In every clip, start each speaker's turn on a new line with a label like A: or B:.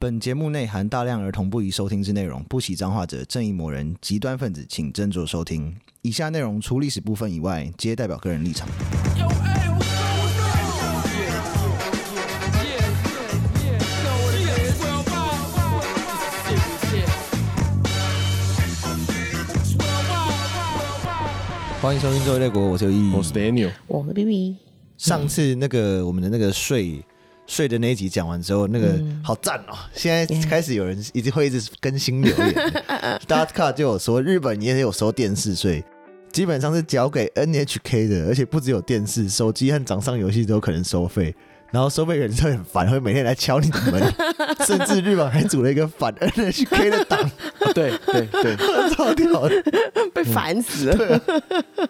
A: 本节目内含大量儿童不宜收听之内容，不喜脏话者、正义魔人、极端分子，请斟酌收听。以下内容除历史部分以外，皆代表个人立场。欢迎收听《周一列国》，我是有意义，
B: 我是 Daniel，
C: 我们 B B
A: 上次那个我们的那个税税的那一集讲完之后，那个好赞哦！现在开始有人一直会一直更新留言 d a t c a 就有说日本也有收电视税，基本上是缴给 NHK 的，而且不只有电视，手机和掌上游戏都有可能收费。然后收费员就会很烦，会每天来敲你的门，甚至日本还组了一个反 NHK 的党，
B: 哦对对 对，
A: 超屌的。
C: 被烦死了。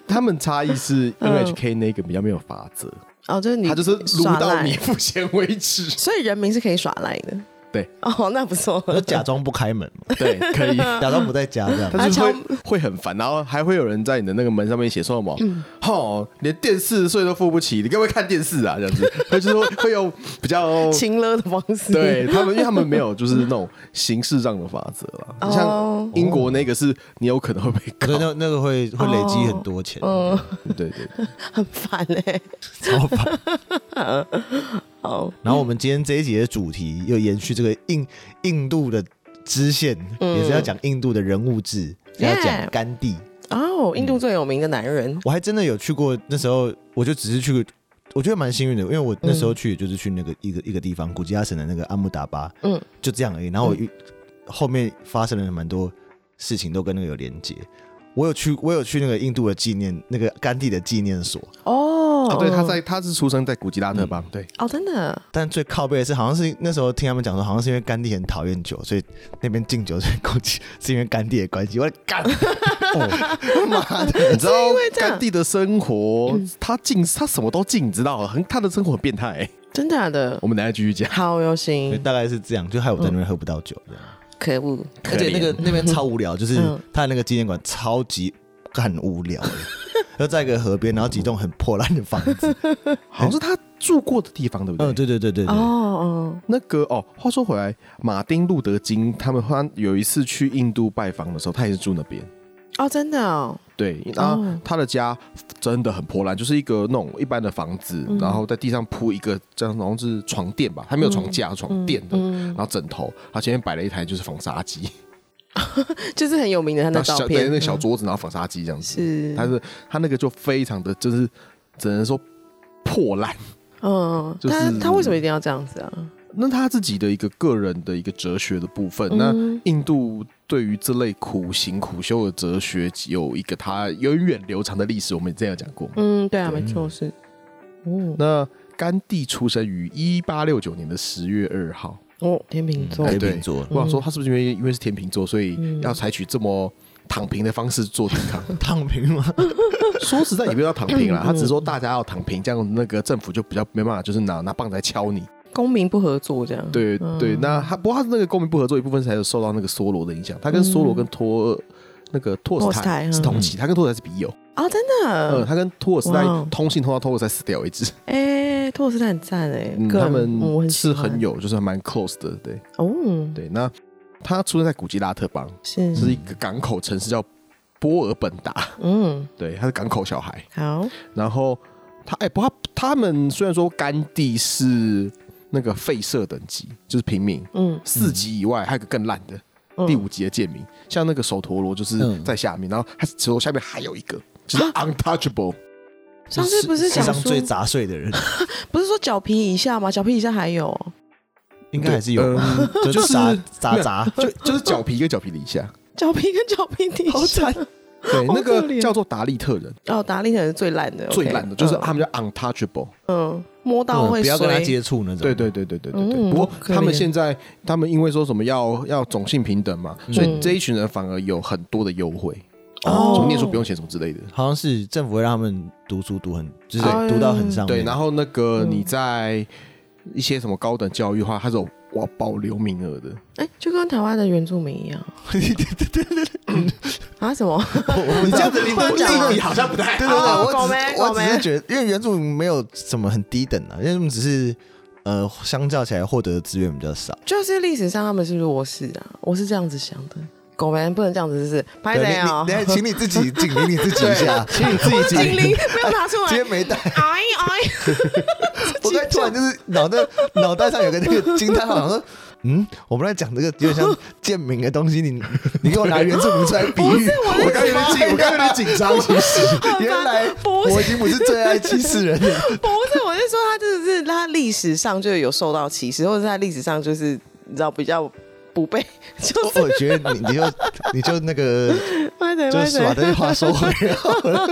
B: 他们差异是 NHK 那个比较没有法则，
C: 哦，就是嗯你
B: 他就是撸
C: 耍
B: 到
C: 赖。
B: 你，付钱为止
C: 所以人民是可以耍赖的。
B: 对
C: 哦，那不 错。
A: 我就假装不开门嘛，
B: 对，可 以，
A: 假装不在家这样。
B: 但是
C: 啊
B: 会
C: 敲
B: 会很烦，然后还会有人在你的那个门上面写说什么，
C: 嗯
B: 吼，连电视税都付不起，你该不会看电视啊？这样 子，他就是会会有比较
C: 情勒的方式，
B: 对 他们，因为他们没有就是那种形式上的法则啦，
C: 哦
B: 像英国那个是你有可能会被告，
A: 对，
B: 对
A: 那那个会会累积很多钱，
B: 对对，
C: 哦很烦哎。
A: 超烦。
C: 哦，
A: 然后我们今天这一集的主题又延续这个印印度的支线，也是要讲印度的人物志，要
C: 嗯 Yeah
A: 讲甘地。
C: 哦，印度最有名的男人，
A: 我还真的有去过，那时候我就只是去过，我觉得蛮幸运的，因为我那时候去就是去那个一个一个地方，古吉拉省的那个阿姆达巴，
C: 嗯，
A: 就这样而已。然后我遇、后面发生了蛮多事情，都跟那个有连接。我有去，我有去那个印度的纪念，那个甘地的纪念所，
C: 哦
B: 啊，对，他在他是出生在古吉拉
A: 嗯
B: 特邦，对，
C: 哦，真的
A: 但最靠背的是，好像是那时候听他们讲说，好像是因为甘地很讨厌酒，所以那边禁酒，所以估计是因为甘地的关系。我的干， 妈的，
B: 你知道
C: 这样
B: 甘地的生活，他禁他什么都禁，你知道，很他的生活很变态、 欸
C: 真假的
B: 我，们等一下继续讲。
C: 好有
A: 所以
C: 心，
A: 大概是这样，就害我在那边喝不到酒这样。
C: 可恶，
A: 嗯
B: 可
A: 而且
B: 怜
A: 那个那边超无聊，就是
C: 嗯
A: 他的那个纪念馆超级很无聊 的，又在一个河边，然后几栋很破烂的房子。
B: 好像是他住过的地方，对不对？
A: 嗯，对对对对
C: 哦
A: 对，
C: 哦，
B: 那个哦，话说回来，马丁路德金他们他有一次去印度拜访的时候，他也是住那边。
C: 哦，真的哦，
B: 对，然后
C: 哦
B: 他的家真的很破烂，就是一个那种一般的房子，
C: 嗯
B: 然后在地上铺一个这样，好像是床垫吧，他没有床架，床垫
C: 嗯
B: 的，然后枕头，他前面摆了一台就是纺纱机，
C: 就是很有名的他
B: 然
C: 的
B: 后小
C: 照
B: 对
C: 片嗯
B: 那，个小桌子，然后纺纱机这样子。
C: 是
B: 他是他那个就非常的就是只能说破烂，
C: 嗯，
B: 就是
C: 他他为什么一定要这样子啊？
B: 那他自己的一个个人的一个哲学的部分，
C: 嗯
B: 那印度对于这类苦行苦修的哲学有一个它源远流长的历史，我们之前有讲过。
C: 嗯，对啊，没错是，嗯，
B: 那甘地出生于一八六九年的十月二号，
C: 哦，天秤座
B: 哎
A: 天
B: 对
A: 秤座
B: 我想说他是不是因为因为是天秤座，所以要采取这么躺平的方式做抵抗？
A: 躺平吗？
C: 哦
B: 说实在也不要躺平啦，他只是说大家要躺平，这样那个政府就比较没办法，就是拿拿棒子来敲你。
C: 公民不合作这样，
B: 对对，那他不过他那个公民不合作一部分才有受到那个梭罗的影响，他跟梭罗跟托、那个托尔斯
C: 嗯托尔斯
B: 泰
C: 泰嗯
B: 是同期，他跟托尔斯泰是笔友，
C: 啊，真
B: 嗯，
C: 的，
B: 他跟托尔斯泰
C: 哇哦
B: 通信通到托尔斯泰死掉为止，
C: 哎，托尔斯泰很赞哎
B: 嗯，，
C: 个
B: 他
C: 人嗯我
B: 们
C: 很
B: 是
C: 喜欢
B: 很有就是还蛮 close 的，对
C: 哦，
B: 对。那他出生在古吉拉特邦，
C: 是
B: 是一个港口城市叫波尔本达，
C: 嗯，
B: 对，他是港口小孩，
C: 好，
B: 然后他哎、不过他他们虽然说甘地是那个废社等级，就是平民，
C: 嗯，
B: 四级以外还有个更烂的。
C: 嗯
B: 第五级的贱民，像那个手陀螺就是
A: 嗯
B: 在下面，然后他手头下面还有一个，就是 untouchable，
C: 上次不是
A: 世
C: 讲
A: 上最
C: 说
A: 杂碎的人，
C: 不是说脚皮以下吗？脚皮以下还有哦
A: 应该还是有吧，
B: 嗯
A: 就
B: 就是是
A: 杂杂杂，
B: 就就是脚皮跟脚皮底 下，
C: 脚皮跟脚皮底
A: 好
C: 下
A: 惨，
B: 对，
C: 好可
B: 那个
C: 怜
B: 叫做达利特人，
C: 哦，达利可能是最烂的，
B: 最
C: OK，
B: 烂的就是
C: 嗯
B: 他们叫 untouchable，
C: 嗯，摸到
A: 嗯
C: 会
A: 不要跟他
C: 衰
A: 接触那种。
B: 对对对对对对
C: 嗯
B: 对。不过
C: 好可怜
B: 他们现在他们因为说什么要要种姓平等嘛，所以这一群人反而有很多的优惠，
C: 嗯哦
B: 什么念书不用钱什么之类的。
A: 好像是政府会让他们读书读很，就是
C: 对
A: 读到很上面。
B: 对，然后那个
C: 嗯
B: 你在一些什么高等教育的话，它是有哇保留名额的。
C: 哎，就跟台湾的原住民一样啊？什么？
A: 哦你这样子，你
C: 啊不能讲吗
A: 定义好像不太对对对，
C: 哦
A: 我只
C: 狗妹
A: 是我
C: 狗
A: 只
C: 妹
A: 是觉得，因为原著没有什么很低等啊，因为他们只是呃，相较起来获得的资源比较少。
C: 就是历史上他们是不是我是啊？我是这样子想的，狗们不能这样子，就是拍
A: 对
C: 谁
A: 你
C: 啊
A: 你？等一下请你自 己警铃你自己一下，请你自己
C: 精灵没有拿出
A: 今
C: 来
A: 天，没 带，
C: 哎 哎，
A: 我刚才突然就是脑袋脑袋上有个那个惊叹号，想说，嗯，我们在讲这个有点像贱民的东西，你你给我拿原住民出来比喻， 我刚有点紧，我刚有点紧张，其实 原来
C: 不是
A: 我已经不是最爱欺世人了，
C: 不是，我是说他真的是他历史上就有受到歧视，或者是他历史上就是你知道比较不被， 就
A: 我我觉得你你就你就那 个
C: 拍谁
A: 就
C: 拍
A: 是
C: 谁
A: 把，这句话说回来好了，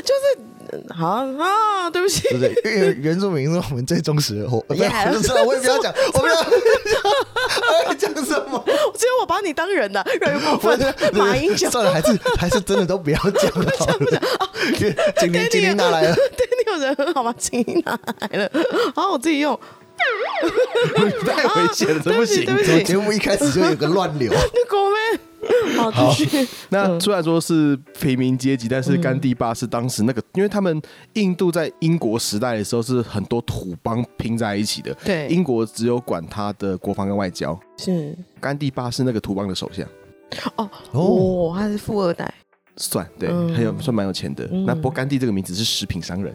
C: 就是 好啊，对不起
A: 对，不对？因为原住民是我们最忠实的伙，不要
C: Yeah，
A: 我就知道，我也不要讲，我不要我要讲什么。
C: 只有我把你当人了，人缘不
A: 不
C: 分
A: 是，
C: 马英九。
A: 算了，还是还是真的都不要讲了 好了。警铃警铃拿来了，
C: 哦对你有人很好吗？请你拿来了，好，我自己用。
B: 太危险了，这
C: 啊对
B: 不
C: 不起
B: 行
C: 对。不
A: 怎么
C: 起
A: 节目一开始就有个乱流？
C: 那狗妹，好，继续。
B: 那虽然说是平民阶级，但是
C: 嗯
B: 甘地爸是当时那个，因为他们印度在英国时代的时候是很多土邦拼在一起的，
C: 对
B: 英国只有管他的国防跟外交。
C: 是
B: 甘地爸是那个土邦的首相，
C: 哦，
A: 哦，
C: 哦，他是富二代
B: 算对，
C: 嗯
B: 很有算蛮有钱的。
C: 嗯
B: 那不过甘地这个名字是食品商人，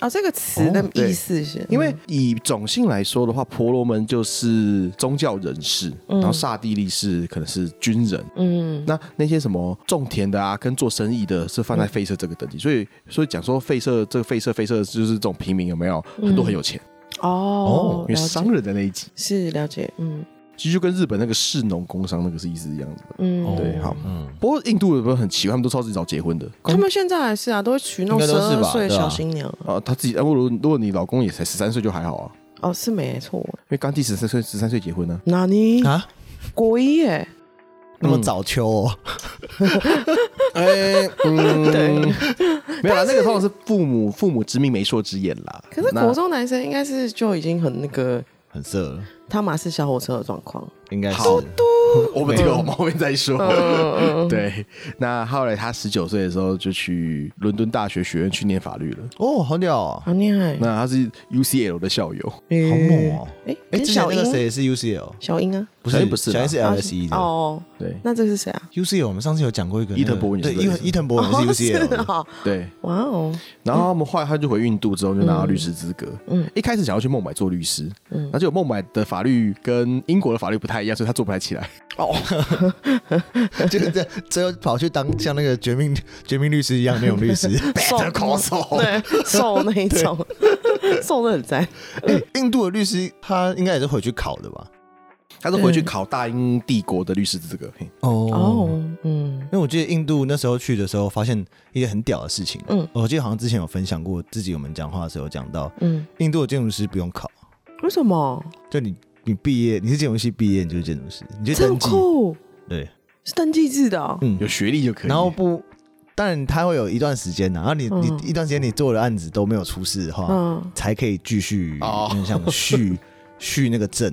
C: 哦，这个词的意思是，
B: 因为以种姓来说的话，婆罗门就是宗教人士，
C: 嗯
B: 然后刹帝利是可能是军人。
C: 嗯，
B: 那那些什么种田的啊，跟做生意的是放在废社这个等级，所以所以讲说废社这个废社废社就是这种平民有没有
C: 嗯
B: 很多很有钱，
C: 아,哦，
B: 因为
C: 了解
B: 商人的那一级，
C: 是了解，嗯
B: 其实就跟日本那个士农工商那个是意思一样的。
C: 嗯，
B: 对好
A: 嗯，
B: 不过印度有没有很奇怪，他们都超自己早结婚的，
C: 他们现在还是啊，都会娶那种
A: 应该
C: 十
A: 都是吧
C: 二岁
A: 对啊
C: 小新娘啊，
B: 啊，他自己，啊如果如果你老公也才十三岁就还好啊，
C: 哦，是没错，
B: 因为甘地十三岁十三岁结婚呢、
C: 那你
A: 啊，
C: 国一耶，
A: 那么早秋哦，
B: 啊。 哎，嗯，
C: 对，
B: 没有啦，那个通常是父母父母之命媒妁之言啦。
C: 可是
B: 那
C: 国中男生应该是就已经很那个
A: 很色了，
C: 汤马士小火车的状况，
A: 应该是
B: 好我们这个我们后面再说。
C: 嗯嗯
B: 对，那后来他十九岁的时候就去伦敦大学学院去念法律了。
A: 哦，好屌哦，
C: 好厉害，
B: 那他是 UCL 的校友，
A: 好猛哦！
C: 哎，
A: 哎，
C: 跟
A: 之前
C: 小
A: 那个
C: 英，
A: 谁是 UCL？
C: 小英啊，
A: 不
B: 小
A: 是
B: 英不是吧
A: 小英是
C: 啊
A: LSE 的。
C: 哦，
B: 对
C: 那这个是谁啊？ 아,
A: UCL 我们上次有讲过一个那个，
B: 伊藤博文也
A: 对，
B: 是
A: 伊藤伊藤博文是 UCL 的。
C: 啊，
B: 对。
C: 哇哦，
B: 然后我们后来他就回印度之后就拿到律师资格。
C: 嗯
B: 一开始想要去孟买做律师，
C: 嗯
B: 然后结果孟买的法律跟英国的法律不太一样，所以他做不太起来。
A: 就是这样，最后跑去当像那个绝命绝命律师一样那种律 师，Better Call Saul。
C: 对，瘦那一种，瘦的很赞。
A: 哎印度的律师他应该也是回去考的吧？
B: 他是回去考大英帝国的律师资格。嘿
A: 어.
C: 哦，，嗯
A: 因为我记得印度那时候去的时候，发现一件很屌的事情。哦
C: 嗯
A: 我记得好像之前有分享过，自己我们讲话的时候有讲到，
C: 嗯，
A: 印度的建筑师不用考，
C: 为什么
A: 就你你毕业你是建筑系毕业，你就是建筑师，你就
C: 这么
A: 登记。
C: 酷？
A: 对，
C: 是登记制的哦、
A: 嗯
B: 有，学历就可以。
A: 然后不，当然他会有一段时间呐、然后你、
C: 嗯
A: 你一段时间你做的案子都没有出事的话，
C: 嗯，
A: 才可以继续
B: 哦
A: 嗯像 续续那个证，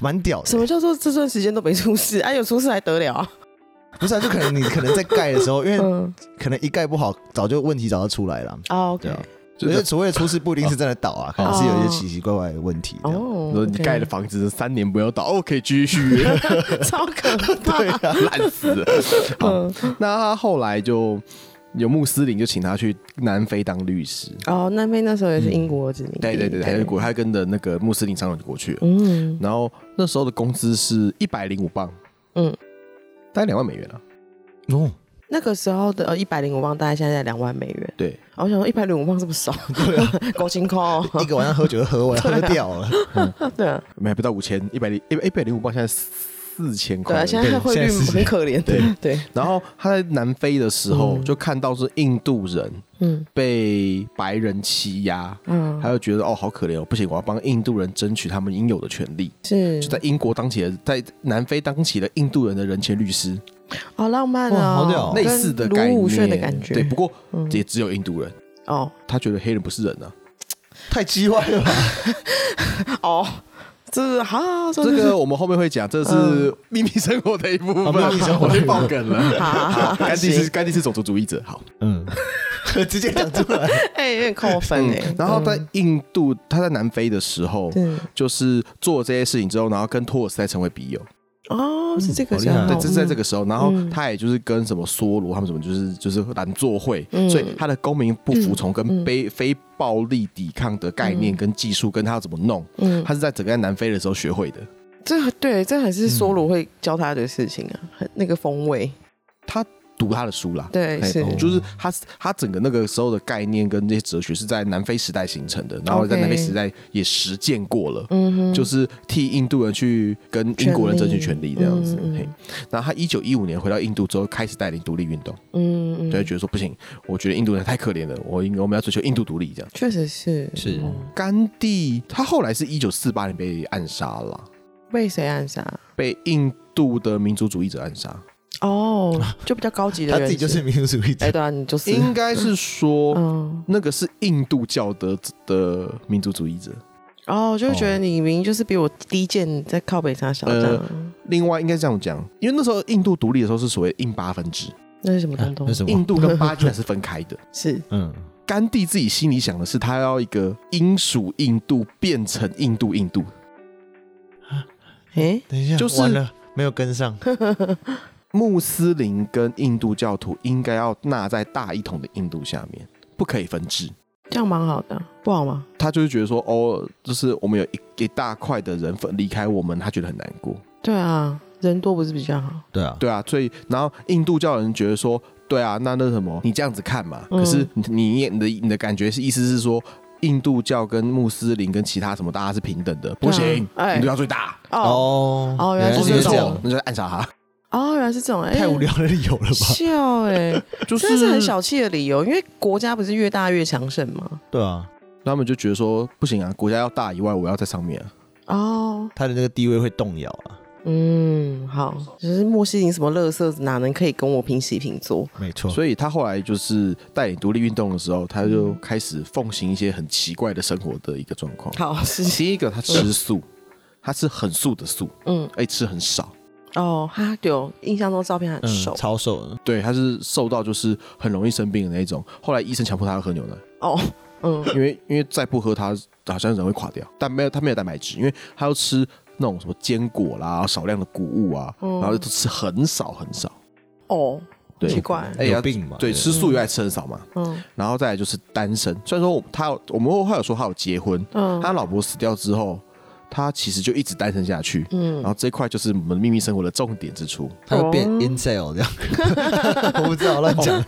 A: 蛮屌
C: 什
A: 的。
C: 么叫做这段时间都没出事？哎、有出事还得了啊？
A: 不是、啊，就可能你可能在盖的时候，因为
C: 嗯，
A: 可能一盖不好，早就问题早就出来了。
C: 啊，OK，
A: 对啊
B: 就
A: 所以
B: 是
A: 所谓的出事不一定是真的倒啊，可能是有一些奇奇怪怪的问题啊这样。
C: 哦，
B: 说你盖的
C: OK
B: 房子三年不要倒，哦，可以继续续约。
C: 超可怕。
B: 对啊，烂死了。好，
C: 嗯，
B: 那他后来就有穆斯林就请他去南非当律师。
C: 哦，南非那时候也是英国殖民地，
B: 嗯对对对，他就过，他跟着那个穆斯林商人就过去了。
C: 嗯
B: 然后那时候的工资是一百零五磅，
C: 嗯，
B: 大概两万美元啊。
A: 哦，
C: 那个时候的呃一百零五磅，大概现在两万美元。
B: 对，
C: 啊我想说一百零五磅是不是少？对啊， 够辛苦哦。
A: 一个晚上喝酒就喝完，喝掉了。
C: 对啊，
B: 没不到五千，一百零一一百零五磅，现在四千
C: 对
B: 块
C: 啊，。现在汇率
A: 现在是
C: 很可怜。
B: 对
C: 对，
B: 然后他在南非的时候，
C: 嗯
B: 就看到是印度人
C: 嗯
B: 被白人欺压，
C: 嗯，
B: 他就觉得哦好可怜哦，不行，我要帮印度人争取他们应有的权利。
C: 是
B: 就在英国当起了，在南非当起了印度人的人权律师，
C: 好浪漫哦，
A: 哇好屌哦
B: 类似的概
C: 跟卢武铉
B: 念
C: 的感觉。
B: 对，不过
C: 嗯
B: 也只有印度人，
C: 哦
B: 他觉得黑人不是人 啊。
A: 太叽歪了吧？
C: 哦，这是好好说
B: 这个我们后面会讲，这
C: 嗯
B: 是秘密生活的一部分，
A: 啊秘密生活
B: 我会爆梗了。
C: 好好好
B: 甘地是
C: 行
B: 甘地是种族主义者，好，
A: 嗯， 直接讲出来。
C: 哎，有点扣分哎。
B: 然后在印度，他在南非的时候，
C: 对
B: 就是做这些事情之后，然后跟托尔斯泰成为笔友，
C: 哦，是这个
A: 好厉
C: 时
A: 害
C: 候，
B: 对，这是在这
C: 个
B: 个时候，然后
C: 嗯
B: 他也就是跟什么梭罗他们什么，就是就是懒作会，
C: 嗯
B: 所以他的公民不服从
C: 嗯
B: 跟非非暴力抵抗的概念跟技术，跟他要怎么弄，
C: 嗯，
B: 他是在整个在南非的时候学会的。
C: 这对这还是梭罗会教他的事情啊，很那个风味，
B: 他读他的书啦，
C: 对
B: 哎
C: 是
B: 哦就是他他整个那个时候的概念跟这些哲学是在南非时代形成的，然后在
C: OK
B: 南非时代也实践过了。
C: 嗯哼，
B: 就是替印度人去跟英国人争取权利这样子
C: 权利嗯。
B: 嘿，然后他一九一五年回到印度之后，开始带领独立运动，
C: 嗯嗯，
B: 就会觉得说不行，我觉得印度人太可怜了，我应我们要追求印度独立这样。
C: 确实是
A: 是
B: 甘地他后来是一九四八年被暗杀了，
C: 被谁暗杀？
B: 被印度的民族主义者暗杀，
C: 哦，就比较高级的
A: 他
C: 人，
A: 自己就是民族主义
C: 哎，
A: 者，
C: 对啊，你就是
B: 应该是说。
C: 嗯，
B: 那个是印度教的的民族主义者，
C: 哦，就会觉得你明明就是比我低贱，在靠北上小啊这样，
B: 另外应该这样讲，因为那时候印度独立的时候是所谓印巴分支，
C: 那是什么东东
A: 哎那？什么？
B: 印度跟巴基斯坦是分开的，
C: 是
A: 嗯，
B: 甘地自己心里想的是，他要一个英属印度变成印度印度。
C: 哎，
A: 等一下，
B: 就是
A: 完了，没有跟上。
B: 穆斯林跟印度教徒应该要纳在大一统的印度下面，不可以分治。
C: 这样蛮好的，啊不好吗？
B: 他就是觉得说，哦，就是我们有一一大块的人分离开我们，他觉得很难过。
C: 对啊，人多不是比较好？
A: 对啊，
B: 对啊，所以然后印度教人觉得说，对啊，那那什么，你这样子看嘛，
C: 嗯
B: 可是你你的你的感觉是意思是说，印度教跟穆斯林跟其他什么大家是平等的，不
C: 对啊
B: 行，
C: 哎
B: 印度教最大，
C: 哦
A: 哦
C: 哦原来
A: 是
C: 是
A: 这
C: 这
A: 样
C: 种，
B: 那就暗杀他。
C: 哦，原来是这种，哎，
A: 太无聊了，有了吧？
C: 笑哎、
B: 就是
C: 真的是很小气的理由，因为国家不是越大越强盛吗？
A: 对啊，
B: 他们就觉得说不行啊，国家要大以外，我要在上面、啊。
C: 哦，
A: 他的那个地位会动摇啊，
C: 嗯，好，就是莫西林什么乐色哪能可以跟我平起平坐？
A: 没错。
B: 所以他后来就是带领独立运动的时候，他就
C: 嗯
B: 开始奉行一些很奇怪的生活的一个状况。
C: 好是
B: 第一个，他吃素，他吃很素的素，
C: 嗯
B: 哎，吃很少。
C: 哦，哈对哦，印象中照片很
A: 嗯
C: 熟、，
A: 超瘦的，
B: 对，他是瘦到就是很容易生病的那一种。后来医生强迫他要喝牛奶，
C: 哦，嗯
B: 因为因为再不喝他好像人会垮掉，但没有他没有蛋白质，因为他要吃那种什么坚果啦、少量的谷物啊，
C: 嗯
B: 然后就吃很少很少。
C: 哦，
B: 对
C: 奇怪，
B: 哎
A: 有
B: 呀，
A: 病嘛？
B: 对，吃素以外吃很少嘛。
C: 嗯
B: 然后再来就是单身。虽然说我他有我们后来有说他有结婚，
C: 嗯
B: 他老婆死掉之后，他其实就一直单身下去。然
C: 嗯，
B: 后这块就是我们秘密生活的重点之处，
A: 他会变
C: 哦
A: insale 这样， 我不知道乱讲。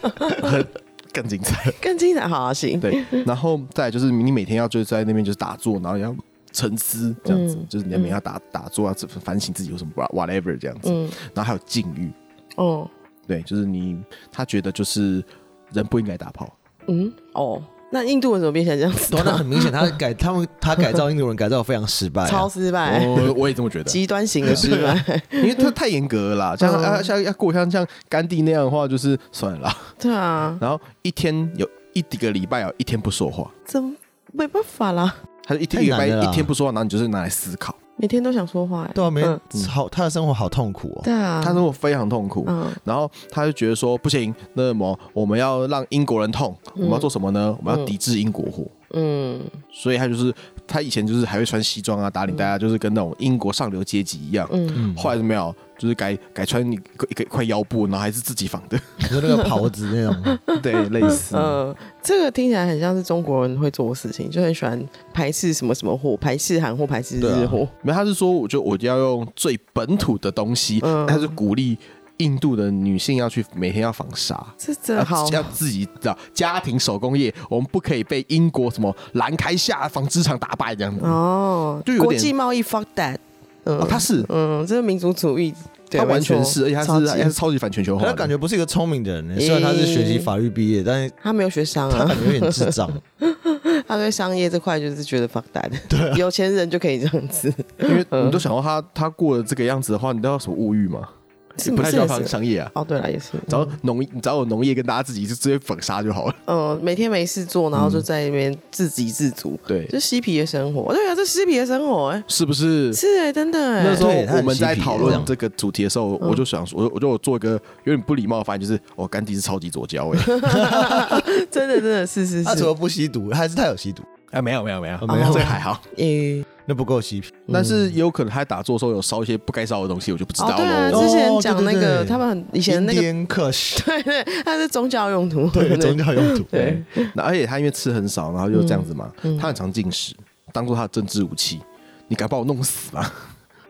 B: 更精彩。
C: 更精彩，好、啊、行，
B: 对，然后再来就是你每天要就是在那边就是打坐，然后要沉思这样子，
C: 嗯
B: 就是你每天要打打坐啊，自反省自己有什么 whatever 这样子。
C: 嗯
B: 然后还有禁欲，
C: 哦
B: 对，就是你他觉得就是人不应该打炮，
C: 嗯哦，那印度人怎么变成这样子
A: 对啊，那
C: 的？
A: 很明显，他改他们他改造印度人改造得非常失败啊，
C: 超失败，
B: 我我也这么 觉得。
C: 极端型的 失
B: 啊
C: 败，
B: 因为他太严格了啦，像
C: 嗯
B: 啊像要过像像甘地那样的话，就是算了啦。
C: 对啊，
B: 然后一天有一个礼拜有一天不说话，
C: 怎么没办法啦？
B: 他就一天
A: 太
B: 一个礼拜
A: 难了啦
B: 一天不说话，然后你就是拿来思考。
C: 每天都想说话、欸。
A: 对啊，没
C: 嗯
A: 好，他的生活好痛苦 哦。
C: 对啊，
B: 他生活非常痛苦，
C: 嗯
B: 然后他就觉得说不行，那么我们要让英国人痛，我们要做什么呢？我们要抵制英国货。
C: 嗯
B: 所以他就是他以前就是还会穿西装啊，打领带啊，就是跟那种英国上流阶级一样。
C: 嗯，
A: 嗯，
B: 后来就没有，就是改改穿一个一个一块腰部，然后还是自己绑的，
A: 你说那个袍子那种，
B: 对，类似。
C: 呃，这个听起来很像是中国人会做的事情，就很喜欢排斥什么什么货，排斥韩货，排斥日货。
B: 没有，他是说，我就我就要用最本土的东西，
C: 嗯
B: 他是鼓励印度的女性要去每天要纺纱。
C: 啊这
B: 要
C: 真好，
B: 要自己的家庭手工业，我们不可以被英国什么兰开夏纺织厂打败这样子。
C: 哦，
B: 就有点
C: 国际贸易 fuck that。嗯
B: 哦，他是
C: 嗯，这是民族主义，对
B: 他完全
C: 没错
B: 是，而且他
C: 超
B: 是
C: 级
B: 他是超级反全球 化
A: 他
B: 的，
A: 感觉不是一个聪明的人呢。虽然他是学习法律毕业，但是
C: 他没有学商
A: 他
C: 啊
A: 感，觉有点智 障。
C: 他对商业这块就是觉得 fuck that。对， 啊有钱人就可以这样子。
B: 嗯因为你都想到他他过了这个样子的话，你知道有什么物欲吗？
C: 是
B: 不
C: 不
B: 太需
C: 是
B: 要
C: 也
B: 商
C: 是？
B: 商业啊。
C: 哦，对了，也是。
B: 只要农，你只要有农业跟大家自己就直接粉杀就好了。
C: 嗯，每天没事做，然后就在那边自给自足，
B: 对
C: 这嬉皮的生活。对啊，这嬉皮的生活，哎，
B: 是不是？
C: 是哎，真的哎。
B: 那时候
A: 对他
B: 我
A: 很
B: 们在
A: 嬉皮
B: 讨论这个主题的时候，我就想说，我我就有做一个有点不礼貌的发言，就是哦，甘地是超级左交哎。
C: 真的真的是是
A: 他除
C: 是，
A: 了不吸毒，还是他有吸毒，
B: 啊，没有没有没有，
A: 没有
B: 这个还好。
C: 诶，
A: 那不够嬉皮。
B: 但
A: 嗯
C: 嗯
B: 是也有可能他打坐的时候有烧一些不该烧的东西，我就不知
C: 哦
B: 道
C: 对啊，
B: 喽。
A: 哦
C: 之前讲那
A: 对对
C: 个
A: 对
C: 他们很以前那个，
A: Indian Crush，
C: 对对，他是宗教用途，
A: 对宗教用途，
C: 对，
B: 那而且他因为吃很少，然后就这样子嘛，
C: 嗯
B: 他很常进食，当做他的政治武器。你敢把我弄死吗？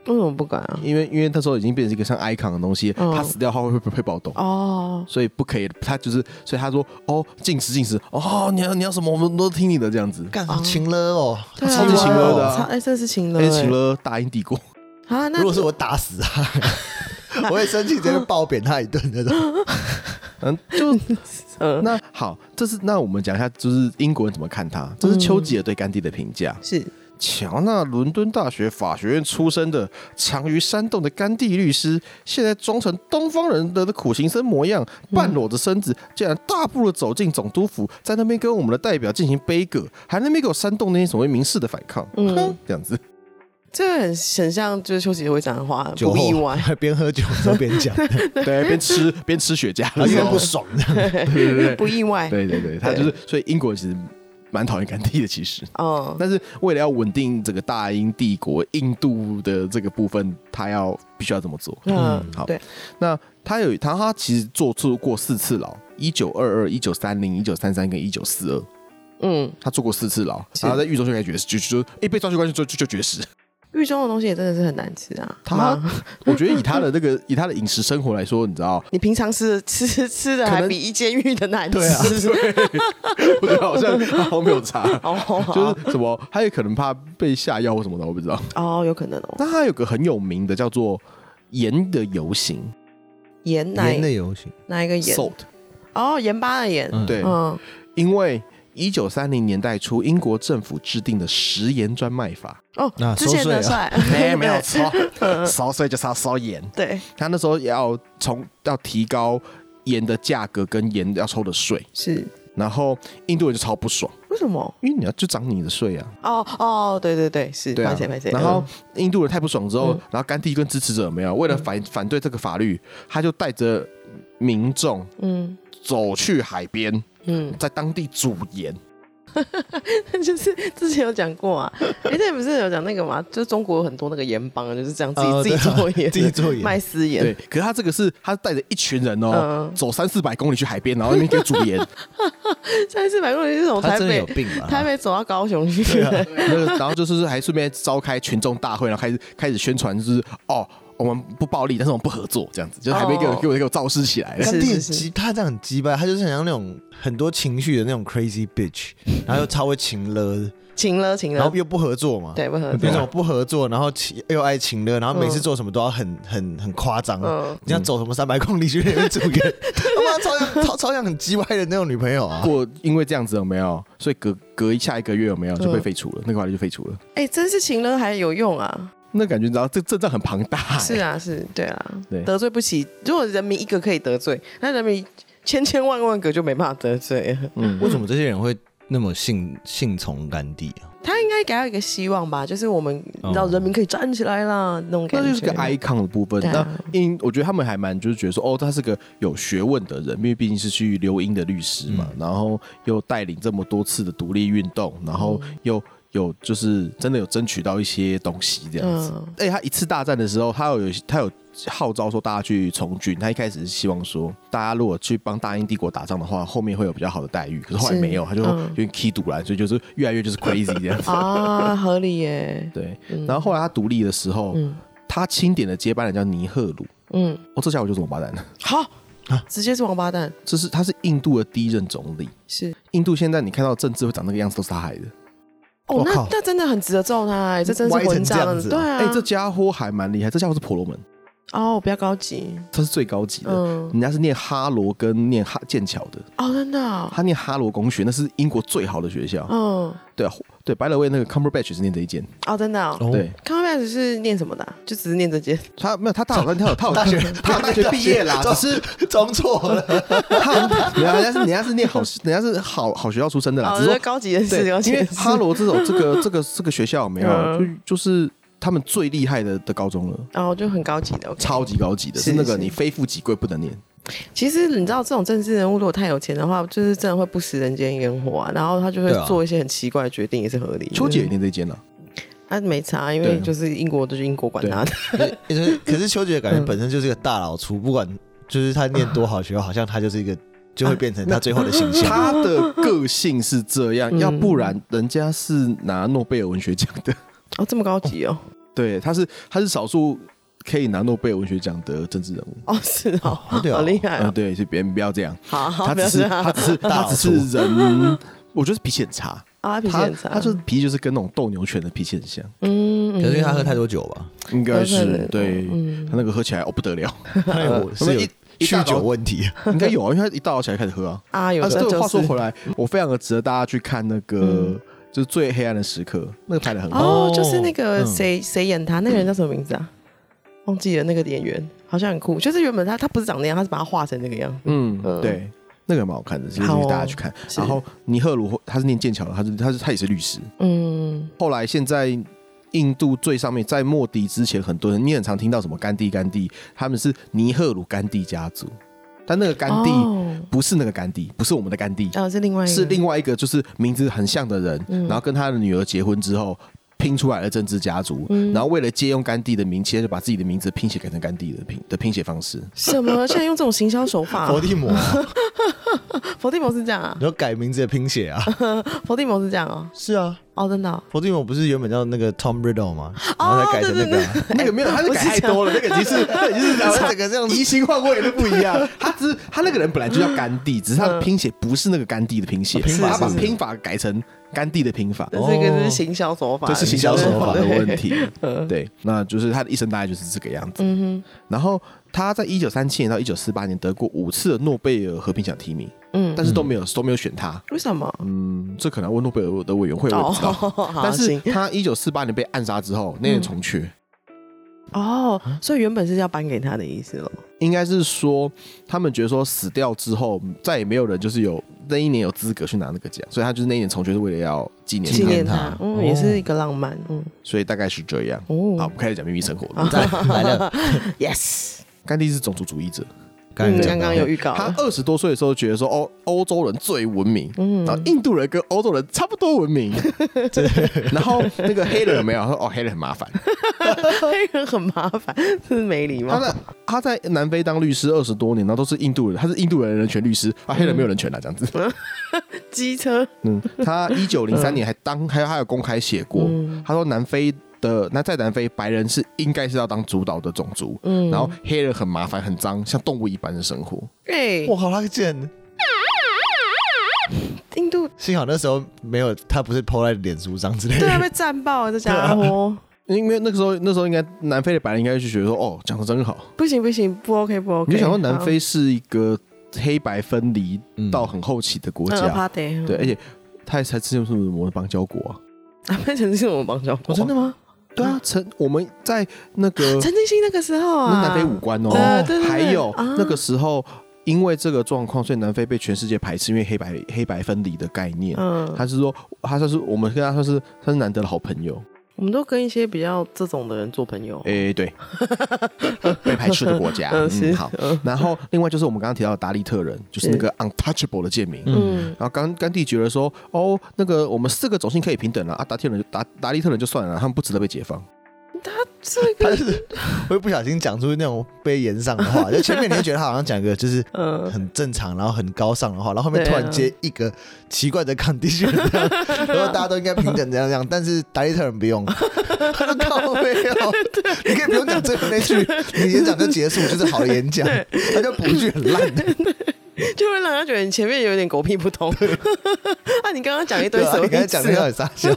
C: 为什么不敢啊？
B: 因为因为那时候已经变成一个像 icon 的东西，
C: 嗯
B: 他死掉后会会会暴动。
C: 哦，
B: 所以不可以，他就是，所以他说哦，进食进食，哦，你要你要什么，我们都听你的这样子。
A: 干好情了哦，
C: 啊对啊
B: 超级情勒的啊
C: 超哎，这是情勒，
B: 但是请
C: 哎
B: 了大英帝国，
C: 啊，那
A: 如果是我打死他， 我会生气，直接暴扁他一顿那 种。
B: 嗯，就
C: 嗯
B: 那好，这是那我们讲一下，就是英国人怎么看他，这是丘吉尔对甘地的评价。
C: 是
B: 乔纳伦敦大学法学院出身的，藏于山洞的甘地律师，现在装成东方人的苦行僧模样，半裸着身子，竟然大步的走进总督府，在那边跟我们的代表进行杯葛，还在那边给我煽动那些所谓民事的反抗，
C: 嗯
B: 哼，这样子。
C: 这很很像，就是邱吉尔会讲的话，
A: 酒
C: 不
A: 后
C: 意外。
A: 边喝酒的时候边 讲，
B: 对，边吃边吃雪茄
A: 他
C: 啊
B: 的
A: 因
B: 时
A: 为
B: 候，
A: 不爽这样。
B: 对对
C: 不
B: 对，
C: 意外。
B: 对对对，他就是，所以英国人其实蛮讨厌甘地的，其实。
C: 哦，
B: 但是为了要稳定这个大英帝国印度的这个部分，他要必须要这么做。
C: 嗯，
B: 好
C: 对，
B: 那他有他他其实做出过四次牢，一九二二、一九三零、一九三三跟一九四二，
C: 嗯，
B: 他做过四次牢，
C: 是
B: 然后在狱中就该绝食，就就就一被抓去关就就就就绝食。
C: 狱中的东西也真的是很难吃啊。
B: 他
C: 妈
B: 我觉得以他的那个以他的饮食生活来说，你知道，
C: 你平常吃的吃吃的
B: 可
C: 还
B: 能
C: 比一监狱的难吃， 哦
A: 对啊
C: 是不是？
B: 我觉得好像好像没有差，
C: 哦，好
B: 就是什么，他也可能怕被下药或什么的，我不知道。
C: 哦，有可能哦。
B: 那他有个很有名的叫做盐的游行
C: 盐哪
A: 年
C: 一
A: 的游行，
C: 哪一个盐？
B: （Salt），
C: 哦，盐巴的盐。
A: 嗯
B: 对，
C: 嗯，
B: 因为一九三零年代初，英国政府制定的食盐专卖法，
A: 那
C: 哦，之前的
A: 收税
C: 帅，
B: 没没有
C: 对
B: 错，烧税就是要烧盐。
C: 对，
B: 他那时候要从要提高盐的价格跟盐要抽的税，
C: 是
B: 然后印度人就超不爽，
C: 为什么？
B: 因为你要就涨你的税啊，
C: 哦哦，对对对，是，
B: 对啊
C: 拍谁拍谁。
B: 然后印度人太不爽之后，
C: 嗯
B: 然后甘地跟支持者有没有为了反反对这个法律，他就带着民众
C: 嗯，
B: 走去海边，
C: 嗯
B: 在当地煮盐。
C: 嗯， 就是之前有讲过啊，哎，这不是有讲那个嘛？就中国有很多那个盐帮，就是这样自己
A: 哦
C: 自己
A: 对啊
C: 做盐 的，
A: 自己做盐
C: 卖私盐
B: 对，。可是他这个是他带着一群人哦，
C: 嗯
B: 走三四百公里去海边，然后那边给煮盐，
C: 上一次买过的是 从
A: 他
C: 台
A: 真的有
C: 北
A: 病啊吧？
C: 台北走到高雄去，
B: 那个然后就是还顺便召开群众大会，然后开始开始宣传，就是哦，我们不暴力，但是我们不合作，这样子，就是海边给我
C: 哦
B: 给我给我造势起来了。
A: 他
C: 是
A: 弟
C: 是
A: 很
C: 是
A: 鸡，他这样很鸡巴，他就是很像那种很多情绪的那种 crazy bitch，然后又超会情勒的，
C: 请了请
A: 然
C: 了
A: 后，又不合作嘛。
C: 对，不合
A: 那
C: 作，
A: 种不合作，然后情又爱情勒，然后每次做什么都要很很很夸张。啊
C: 嗯
A: 你想走什么三百公里去那边组员， 他妈超像超超像很鸡歪的那种女朋友啊！
B: 过因为这样子有没有？所以隔隔一下一个月有没有就被废除了，那个法律就废除了。
C: 哎，真是请了还有用啊！
B: 那感觉你知道，这阵仗很庞大、
A: 哎
B: 欸。
C: 是啊，是对啊
B: 对，
C: 得罪不起。如果人民一个可以得罪，那人民千千万万个就没办法得罪了。
A: 为什么这些人会那么信信从甘地啊？
C: 他应该给他一个希望吧，就是我们
A: 哦
C: 让人民可以站起来啦，那种感
B: 那
C: 觉。
B: 就是个 icon 的部分。
C: 对
B: 那
C: 啊
B: 因我觉得他们还蛮就是觉得说，哦，他是个有学问的人，因为毕竟是去留英的律师嘛，然后又带领这么多次的独立运动，然后又有就是真的有争取到一些东西这样子。
C: 嗯
B: 而哎且他一次大战的时候，他有他有号召说大家去从军，他一开始是希望说大家如果去帮大英帝国打仗的话，后面会有比较好的待遇。可是后来
C: 是
B: 没有，他就
C: 嗯
B: 有点 key 赌了，所以就是越来越就是 crazy 这 样子。
C: 啊，合理耶。
B: 对，
C: 嗯
B: 然后后来他独立的时候，
C: 嗯
B: 他钦点的接班人叫尼赫鲁。
C: 嗯，
B: 哦，这家伙就是王八蛋了。
C: 好，
B: 啊
C: 直接是王八蛋，
B: 这是他是印度的第一任总理。
C: 是
B: 印度现在你看到政治会长那个样子，都是他害的。
C: 哦
A: 我，
C: 那
A: 靠
C: 那真的很值得揍他哎，这真是
A: 歪成
C: 混
A: 这
C: 账
A: 样，子
C: 对啊
B: 哎、，这家伙还蛮厉害，这家伙是婆罗门，
C: 哦，不要高级，
B: 他是最高级的。
C: 嗯，
B: 人家是念哈罗跟念哈剑桥的，
C: 哦，真的哦，
B: 他念哈罗公学，那是英国最好的学校。
C: 嗯，
B: 对啊，霍对，白了位那个 Cumberbatch 是念这一间，
C: 哦，真的哦。
A: 哦
B: 对
C: 康贝尔是念什么的啊？就只是念这间。
B: 他没有他大好像他有他有大学他有大学毕业 啦，只是
A: 装错了，
B: 他人家人家是人家是念好人家是好好学校出身的啦，
C: 哦，
B: 只是
C: 这
B: 说
C: 是高级人士，
B: 对，
C: 高级
B: 因为
C: 人士。
B: 哈罗这种这个这个这个学校没有，
C: 嗯
B: 就就是他们最厉害的的高中了，
C: 哦，就很高级的。OK
B: 超级高级的，
C: 是
B: 是那个
C: 是嗯
B: 你非富即贵不能念。
C: 其实你知道，这种政治人物如果太有钱的话，就是真的会不食人间烟火啊。然后他就会
A: 对啊
C: 做一些很奇怪的决定，也是合理的。
B: 秋姐也念这一间了，
C: 他没差，因
B: 对
C: 为
B: 啊
C: 就是英国就是英国管他的。
A: 就是可是秋姐感觉本身就是个大老粗，不管就是他念多好学校，好像他就是一个就会变成 他最后的形象。
B: 她的个性是这样，
C: 嗯
B: 要不然人家是拿诺贝尔文学奖的，
C: 哦，这么高级哦。
B: 对，她是她是少数可以拿诺贝尔文学奖的政治人物。
C: 哦，是哦，
A: 对啊
C: 好厉害
B: 嗯，
C: 哦。
B: 对，所以别人不要这样，
C: 好好，
B: 她
C: 不
B: 只
C: 要
B: 是她
C: 这样。
B: 只是她
A: 大
B: 只
A: 老粗
B: 是人，我觉得脾气很差，
C: 啊，他脾气
B: 她
C: 很差。
B: 她就是脾气就是跟那种斗牛犬的脾气很像。
C: 嗯，
A: 可
C: 嗯
A: 是因为他喝太多酒吧，
B: 应该
C: 有可
B: 是
C: 能
B: 对，
C: 嗯
B: 他那个喝起来哦不得 了，
A: 他有是有
B: 一一大
A: 酗
B: 早
A: 酒问题，
B: 应该有啊，因为他一大早起来开始喝啊。
C: 啊，有
B: 但
C: 的
B: 是这
C: 就
B: 个
C: 是
B: 话
C: 嗯
B: 说回来，我非常的值得大家去看那个就是最黑暗的时刻，那个拍的很好，
C: 哦，就是那个
A: 嗯
C: 谁谁演他，那个人叫什么名字啊？忘记了那个演员，好像很酷。就是原本他他不是长那样，他是把他画成那个样。
B: 嗯，
C: 嗯
B: 对。那个蛮好看的，所以
C: 好哦
B: 大家去看。
C: 是
B: 然后尼赫鲁他是念剑桥的，他是他是他也是律师。
C: 嗯，
B: 后来现在印度最上面，在莫迪之前，很多人你很常听到什么甘地甘地，他们是尼赫鲁甘地家族，但那个甘地
C: 哦，
B: 不是那个甘地，不是我们的甘地，
C: 哦是另外一个
B: 是另外一个就是名字很像的人，
C: 嗯
B: 然后跟他的女儿结婚之后拼出来的政治家族，
C: 嗯
B: 然后为了借用甘地的名气，他就把自己的名字拼写改成甘地的拼的拼写方 式。
C: 什么？现在用这种行销手 法、
A: 佛地魔啊，
C: 佛地魔是这样啊
A: 你？说改名字的拼写啊？
C: 佛地魔是这样哦、
A: 是啊，
C: 哦，真的哦、
A: 佛地魔不是原本叫那个 Tom Riddle 吗？然后才改成那
C: 哦对
A: 个啊，
B: 那个没有，他是
C: 不
B: 改
C: 是
B: 太多了，那个已经是 那已经是
A: 然后整个 这样子
B: 移形换位都不一 样。他只是他那个人本来就叫甘地，只是他的拼写不是那个甘地的拼写，
A: 拼
C: 嗯法
B: 他把
A: 是
B: 拼法改成甘地的拼法。
C: 这是一个就是行销手法，
B: 哦这是行销手法的问 题
C: 对。
B: 对，那就是他的一生大概就是这个样子。
C: 嗯
B: 然后他在一九三七年到一九四八年得过五次的诺贝尔和平奖提名，
C: 哼，嗯，
B: 但是都没有、都没有选他。
C: 为什么？
B: 嗯，这可能要问诺贝尔的委员会，我也
C: 哦，
B: 不知道。
C: 好，
B: 但是
C: 行
B: 他一九四八年被暗杀之后，那年重缺，
C: 哦，
B: 啊
C: 所以原本是要颁给他的意思咯。
B: 应该是说他们觉得说死掉之后再也没有人就是有那一年有资格去拿那个奖，所以他就是那一年重缺是为了要纪念
C: 纪
B: 他，
C: 念
A: 他
C: 他，嗯，
A: 哦
C: 也是一个浪漫，嗯，
B: 所以大概是这样。
C: 哦，啊
B: 好，我们开始讲秘密生活了。
C: 好
A: 再来了，
C: ，yes，
B: 甘地是种族主义者，
A: 才
C: 嗯，
A: 讲
C: 刚
A: 到
C: 刚有预告
B: 他
C: 了，
B: 二十多岁的时候觉得说，哦，欧洲人最文明，
C: 嗯
B: 然后印度人跟欧洲人差不多文 明，然后那个黑人有没有？他说哦，黑人很麻烦。
C: 黑人 很麻烦，真是没礼
B: 他
C: 貌。
B: 在他在南非当律师二十多年，然后都是印度人，他是印度人人权律师啊，黑人没有人权啦，这样子。
C: 机车，
B: 嗯， 他一九零三年还当还有还有公开写过
C: 嗯，
B: 他说南非的那在南非白人是应该是要当主导的种族，
C: 嗯，
B: 然后黑人很麻烦很脏，像动物一般的生活。
C: 哎，
A: 我靠，他贱！
C: 印度
A: 幸好那时候没有，他不是抛在脸书上之类
C: 对啊，
A: 的。
C: 被战爆了，这家
B: 啊
C: 伙。
B: 因为那个时候，那时候应该南非的白人应该就觉得说，哦，讲的真好，
C: 不行不行，不 OK 不 OK。
B: 你就想说南非是一个黑白分离
A: 嗯
B: 到很后期的国
C: 好嗯
B: 家，
C: 怕得
B: 对，哎而且它才之前是我们邦交国啊，
C: 南非曾经是我们邦交国，
B: 哦真的
C: 吗？
B: 对啊，曾我们在那个
C: 陈进兴那个时候
B: 那
C: 啊，
B: 南非武官哦
C: 对对，对
B: 还有
C: 啊
B: 那个时候因为这个状况，所以南非被全世界排斥，因为黑白黑白分离的概念。
C: 嗯，
B: 啊他是说，他算是我们跟他算是算是难得的好朋友，
C: 我们都跟一些比较这种的人做朋友。
B: 诶、对，被排斥的国 家，
C: 嗯，是
B: 嗯，好。然后另外就是我们刚刚提到的达利特人，就是那个 untouchable 的贱民，
C: 嗯
B: 然后甘甘地觉得说，哦，那个我们四个种姓可以平等了啊，达特人就达达利特人就算了，他们不值得被解放。
C: 这
A: 他
C: 个
A: 就是会不小心讲出那种被延上的话， 就前面你会觉得他好像讲一个就是
C: 嗯，
A: 很正常，然后很高尚的话，然后后面
C: 对
A: 突
C: 啊
A: 然接一个奇怪的 condition，这样然呃后大家都应该平等这样这样，但是达利特人不 用，他说靠没有，哦你可以不用讲最后那句，你演讲就结束，就是好的演讲，他就补一句很烂的，
C: 就会让他觉得你前面有点狗屁 不通。啊，你刚刚讲一堆
A: 对啊
C: 什么
A: 你
C: 意思啊？
A: 刚才讲的很傻 笑，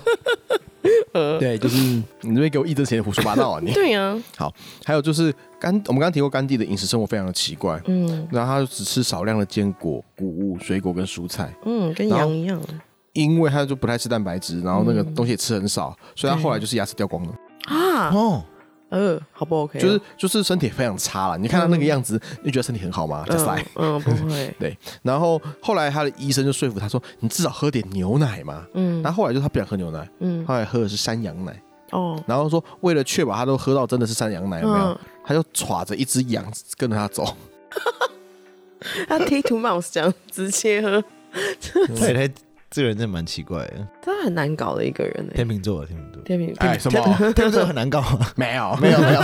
B: 对，就是你这边给我义正辞严胡说八道啊你。
C: 对呀，
B: 好，还有就是甘，我们刚刚提过甘地的饮食生活非常的奇怪，
C: 嗯
B: 然后他就只吃少量的坚果、谷物、水果跟蔬菜，
C: 嗯，跟
B: 然后
C: 羊一样。
B: 因为他就不太吃蛋白质，然后那个东西也吃很少，所以他后来就是牙齿掉光了，
C: 啊，
A: 哦，
C: 呃，好不 OK？
B: 就是就是身体非常差了。你看他那个样子，你觉得身体很好吗？啊再来，
C: 嗯。嗯，不会
B: 对，然后后来他的医生就说服他说：“你至少喝点牛奶嘛。”嗯，然后后来就是他不想喝牛奶，
C: 嗯，
B: 后来喝的是山羊奶，
C: 哦，
B: 然后说为了确保他都喝到真的是山羊奶，有没有？
C: 嗯
B: 他就歘着一只羊跟着他走，
C: 他 T two mouse 这样直接喝，
A: 他也太这个人真的蛮奇怪的，
C: 真的很难搞的一个人哎
A: 天。秤座，啊天秤座，
C: 天平，
B: 哎，什么？，
A: 天秤座很难搞啊
B: 没有，
A: 没有 没有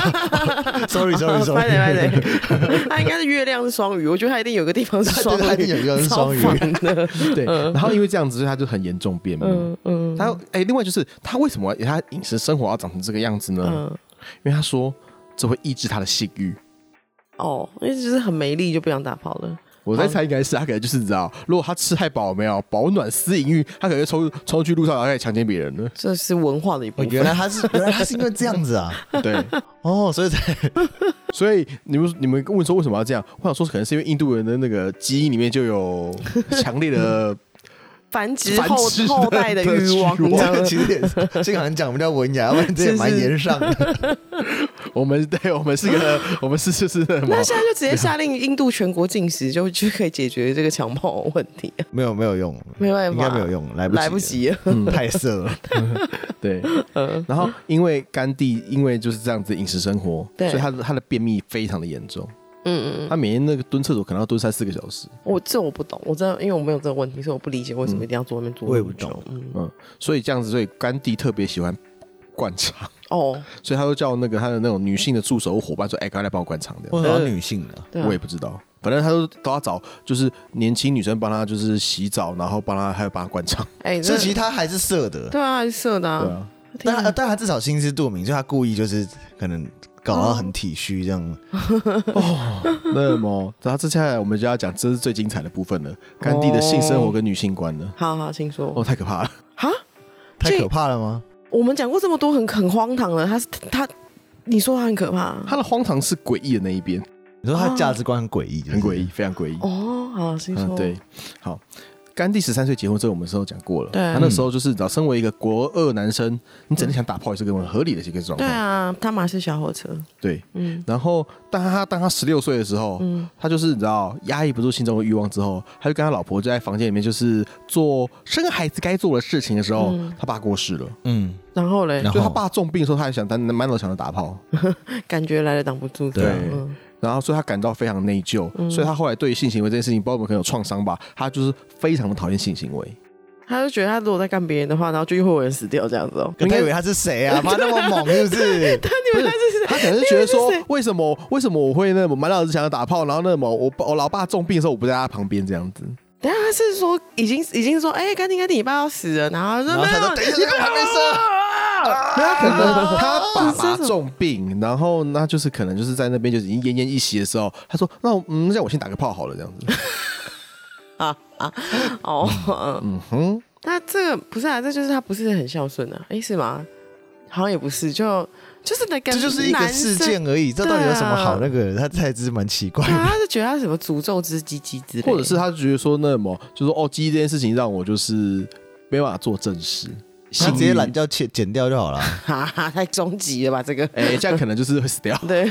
A: ，sorry sorry
C: 哦 快点快
A: sorry，
C: 点，他应该是月亮是双鱼，我觉得他一定有个地方是双鱼，
A: 他一定有一个是双鱼
C: 超烦的。
B: 对。然后因为这样子，所以他就很严重便秘。
C: 嗯嗯
B: 他哎、另外就是他为什么他饮食生活要长成这个样子呢？
C: 嗯，
B: 因为他说这会抑制他的性欲。
C: 哦，因为就是很没力，就不想打炮了。
B: 我在猜应该是他可能就是你知道，如果他吃太饱没有保暖私淫欲，他可能就冲冲去路上然后开始强奸别人了。
C: 这是文化的一
A: 哦，
C: 部分。
A: 原来他是原来他是因为这样子啊，
B: 对，
A: 哦，所以才
B: 所以你们你们问说为什么要这样？我想说可能是因为印度人的那个基因里面就有强烈 的
C: 繁殖
B: 繁
C: 后
B: 殖的
C: 后代的欲望，
B: 欲望
C: 这
A: 这
C: 样
A: 个其实也是这个好像讲比较文雅，要不然这也蛮
C: 是是
A: 严上的。
B: 我们对我们是个我们是就是那什么
C: 那现在就直接下令印度全国禁食，就就可以解决这个强暴问题啊，
A: 没有没有用，
C: 没办
A: 应
C: 法，
A: 该没有，用，来不
C: 来不及了。
A: 了，太色了。
B: 对，
C: 嗯
B: 然后因为甘地因为就是这样子饮食生活，
C: 对
B: 所以他的他的便秘非常的严重，
C: 嗯嗯嗯，
B: 他每天那个蹲厕所可能要蹲三四个小时，
C: 我这我不懂，我真的因为我没有这个问题，所以我不理解为什么一定要坐那边坐
A: 我也
C: 那么
A: 不懂
C: 久嗯，
B: 嗯，所以这样子，所以甘地特别喜欢灌肠，
C: 哦，
B: 所以他就叫那个他的那种女性的助手伙伴说：“哎、赶快来帮我灌肠。”这样，
A: 为什么要女性呢？
C: 对啊
B: 我也不知道，反正他都都要找就是年轻女生帮他就是洗澡，然后帮他还有帮他灌肠，
C: 哎，
A: 所
C: 这
A: 以其实他还是色的，
C: 对啊，还是色的
B: 对
C: 啊，
B: 啊，
C: 天
A: 但他
C: 啊
A: 但他至少心知肚明，所以他故意就是可能搞到很体虚这样。
B: 那么，然后接下来我们就要讲这是最精彩的部分了，甘地的性生活跟女性观了，
C: 好好，请说
B: 哦，太可怕了，
C: 哈，
A: 太
C: 这
A: 可怕了吗？
C: 我们讲过这么多很很荒唐的，他是他，你说他很可怕
B: 他的荒唐是诡异的那一边，
A: 你说他价值观很诡异，
B: 很诡
A: 异。
B: 异，非常诡异，
C: 哦，好，请
B: 嗯，
A: 啊
C: 说，
B: 对，好。甘地十三岁结婚，这个我们之后讲过了。
C: 对
B: 他那时候就是，只要身为一个国二男生，你整天想打炮也是个很合理的一个状
C: 对
B: 况。
C: 啊，他马是小火车，
B: 对。
C: 嗯
B: 然后，当他当他十六岁的时候，
C: 嗯
B: 他就是你知道压抑不住心中的欲望之后，他就跟他老婆就在房间里面，就是做生孩子该做的事情的时候，
C: 嗯
B: 他爸过世了。
A: 嗯，
C: 然后嘞，
A: 然
B: 就
A: 后
B: 他爸重病的时候，他还想单满脑想着打炮，
C: 感觉来了挡不住，
A: 对
C: 嗯
B: 然后所以他感到非常内疚，所以他后来对于性行为这件事情，包括我们可能有创伤吧，他就是非常的讨厌性行为。
C: 他就觉得他如果在干别人的话，然后就又会有人死掉这样子哦。
A: 可他以为他是谁 啊？妈那么猛是不是？
C: 你们他是
B: 他可能是觉得说
C: 那是谁，
B: 为什么为什么我会那么满脑子想要打炮，然后那么我我老爸重病的时候我不在他旁边这样子，
C: 等一下他是说已经已经说，哎、赶紧赶紧，你爸要死了，然后他
A: 然
C: 说
A: 后
C: 没
A: 他
C: 有，
A: 说等一下，这个还没生。
C: 啊
B: 没有可能他爸
C: 这是
B: 爸
C: 什么
B: 重病，然后那就是可能就是在那边就是已经奄奄一息的时候，他说那我嗯，那我先打个炮好了这样子，
C: 啊啊哦，
B: 嗯哼，
C: 那这个不是啊，这就是他不是很孝顺啊，哎、是吗？好像也不是，就就是那个
A: 这就是一个
C: 男
A: 事
C: 生
A: 件而已，这到底有什么好那
C: 对啊
A: 个？他才知蛮奇怪
C: 对啊，他是觉得他什么诅咒之鸡鸡之类的，
B: 或者 是他就觉得说那么就说哦，记忆这件事情让我就是没办法做正事，
A: 他
B: 性
A: 直接
B: 欲
A: 懒，觉剪剪掉就好 了。
C: 哈哈，太终极了吧这个？，
B: 哎，这样可能就是会死掉
C: 对，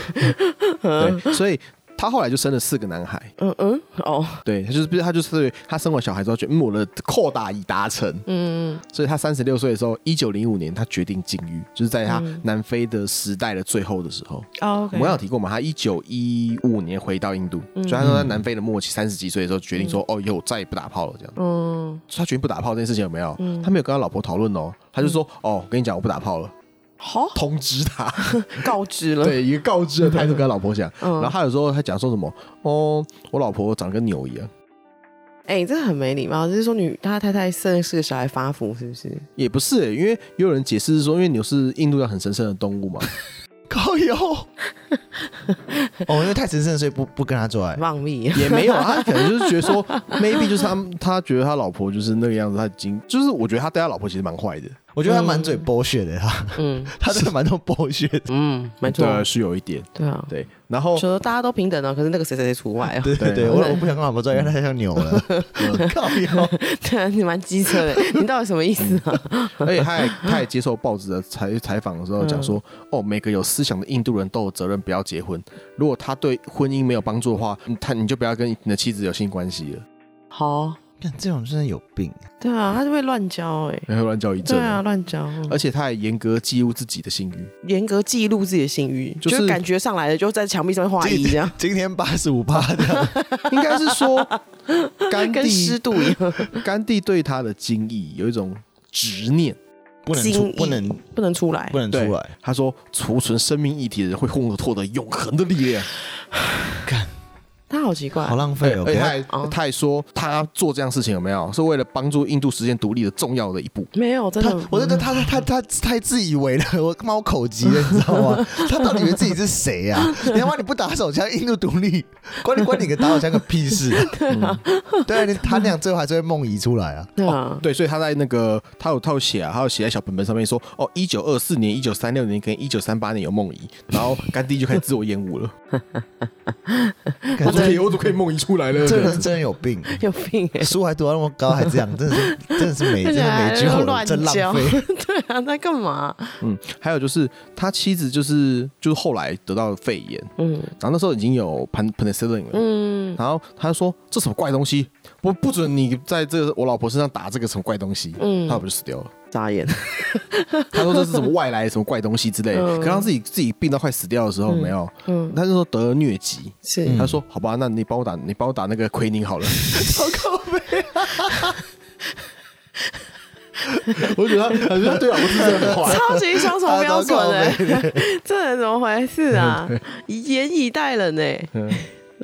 B: 对，所以他后来就生了四个男孩。
C: 嗯嗯，哦，
B: 对他就是，他就是对他生完小孩之后，觉得嗯，我的扩大已达成，
C: 嗯，
B: 所以他三十六岁的时候，一九零五年他决定禁欲，就是在他南非的时代的最后的时候。我
C: 哦嗯，OK，
B: 们刚有提过嘛，他一九一五年回到印度，
C: 嗯
B: 所以他说在南非的末期三十几岁的时候决定说，哦，以后我再也不打炮了这样。
C: 嗯，
B: 所以他决定不打炮这件事情有没有？他没有跟他老婆讨论哦，他就说，
C: 嗯
B: 哦，我跟你讲，我不打炮了，
C: 好、
B: 通知他。
C: 告知了，
B: 对，一个告知的态度跟他老婆讲。
C: 嗯
B: 然后他有时候他讲说什么，哦，我老婆长得跟牛一样，
C: 哎、这很没礼貌，就是说女他太太生了四个小孩发福，是不是？
B: 也不是欸、因为也有人解释说，因为牛是印度要很神圣的动 物嘛，
A: 高油哦，因为太神圣，所以不不跟他做爱。
C: 放 屁！
B: 也没有，啊他可能就是觉得说，maybe 就是他他觉得他老婆就是那个样子，他已经就是我觉得他对他老婆其实蛮坏的，
A: 我觉得他满嘴剥削的，他
C: 嗯
A: 他真的蛮多剥削 的。
C: 嗯，没错，
B: 对，是有一点
C: 对啊，
B: 对。然后
C: 说大家都平等啊，可是那个谁谁谁除外啊，
A: 对对对，
B: 对
A: 我老婆不想跟老婆在，因为她太像牛了。靠腰，
C: 对啊，你蛮机车 的，你到底什么意思啊？
B: 而哎且他也他也接受报纸的采采访的时候讲说，
C: 嗯
B: 哦，每个有思想的印度人都有责任不要结婚。如果他对婚姻没有帮助的话，嗯他你就不要跟你的妻子有性关系了，
C: 好，
A: 看这种真的有病。
C: 对啊，他就会乱交哎，
B: 然后乱叫一阵
C: 对
B: 了。
C: 啊，乱交，嗯
B: 而且他还严格记录自己的性欲，
C: 严格记录自己的性欲，
B: 就
C: 就是是感觉上来了就在墙壁上面画一
A: 今
C: 这样
A: 天，今天八十五趴这样，
B: 应该是 说甘
C: 跟
B: 地
C: 湿度一样，
B: 甘地对他的精意有一种执念。
A: 不能
C: 精
A: 出
C: 益，
A: 不能
C: 不能出来
A: 不，能
B: 对
A: 出来。
B: 他说，储存生命一体的人会获获得永恒的力 量。
C: 他好奇怪，
A: 好浪费哦！
B: 而
A: 给
B: 且他
A: 他
B: 还
C: 哦
B: 他还说，他做这样事情有没有是为了帮助印度实现独立的重要的一步。
C: 没有真
A: 他
C: 的，，
A: 我觉得他他他他太自以为了， 我猫口急了，你知道吗？ 他到底以为自己是谁呀、啊？ 你他妈你不打手枪，印度独立，关你关你个打手枪个屁事、啊！ 对啊，你他那样最后还是会梦遗出来 啊！
C: 对啊，
B: 对，所以他在那个他有他有写啊，他有写在小本本上面说，哦，一九二四年、一九三六年跟一九三八年有梦遗，然后甘地就开始自我厌恶 了，我
A: 看
B: 怎么可
A: 这
B: 以我怎么可以梦遗出来了？
A: 这个人真的有病、
C: 有病 哎，
A: 书还读到那么高，还这样，真的是真的是 没真的没救了，
C: 乱
A: 真浪
C: 教
A: 费。
C: 对啊，在干嘛？
B: 嗯，还有就是他妻子就是就是后来得到肺炎，
C: 嗯
B: 然后那时候已经有 pan p a n i c i l l i n 了。
C: 嗯，
B: 然后他说：“这什么怪东西？不不准你在这个我老婆身上打这个什么怪东西。”
C: 嗯
B: 他老婆就死掉了。
C: 眨眼，
B: 他说这是什么外来的什么怪东西之类的。
C: 嗯
B: 可当自己自己病到快死掉的时候，没有，
C: 嗯，
B: 他就说得了疟疾。
C: 是
A: 嗯
B: 他说：“好吧，那你帮我打，你帮我打那个奎宁 好了。
A: 我觉得他好像对老婆是这样的话，
C: 超级双重标准哎、 这人怎么回 事啊？严以待人哎、
B: 嗯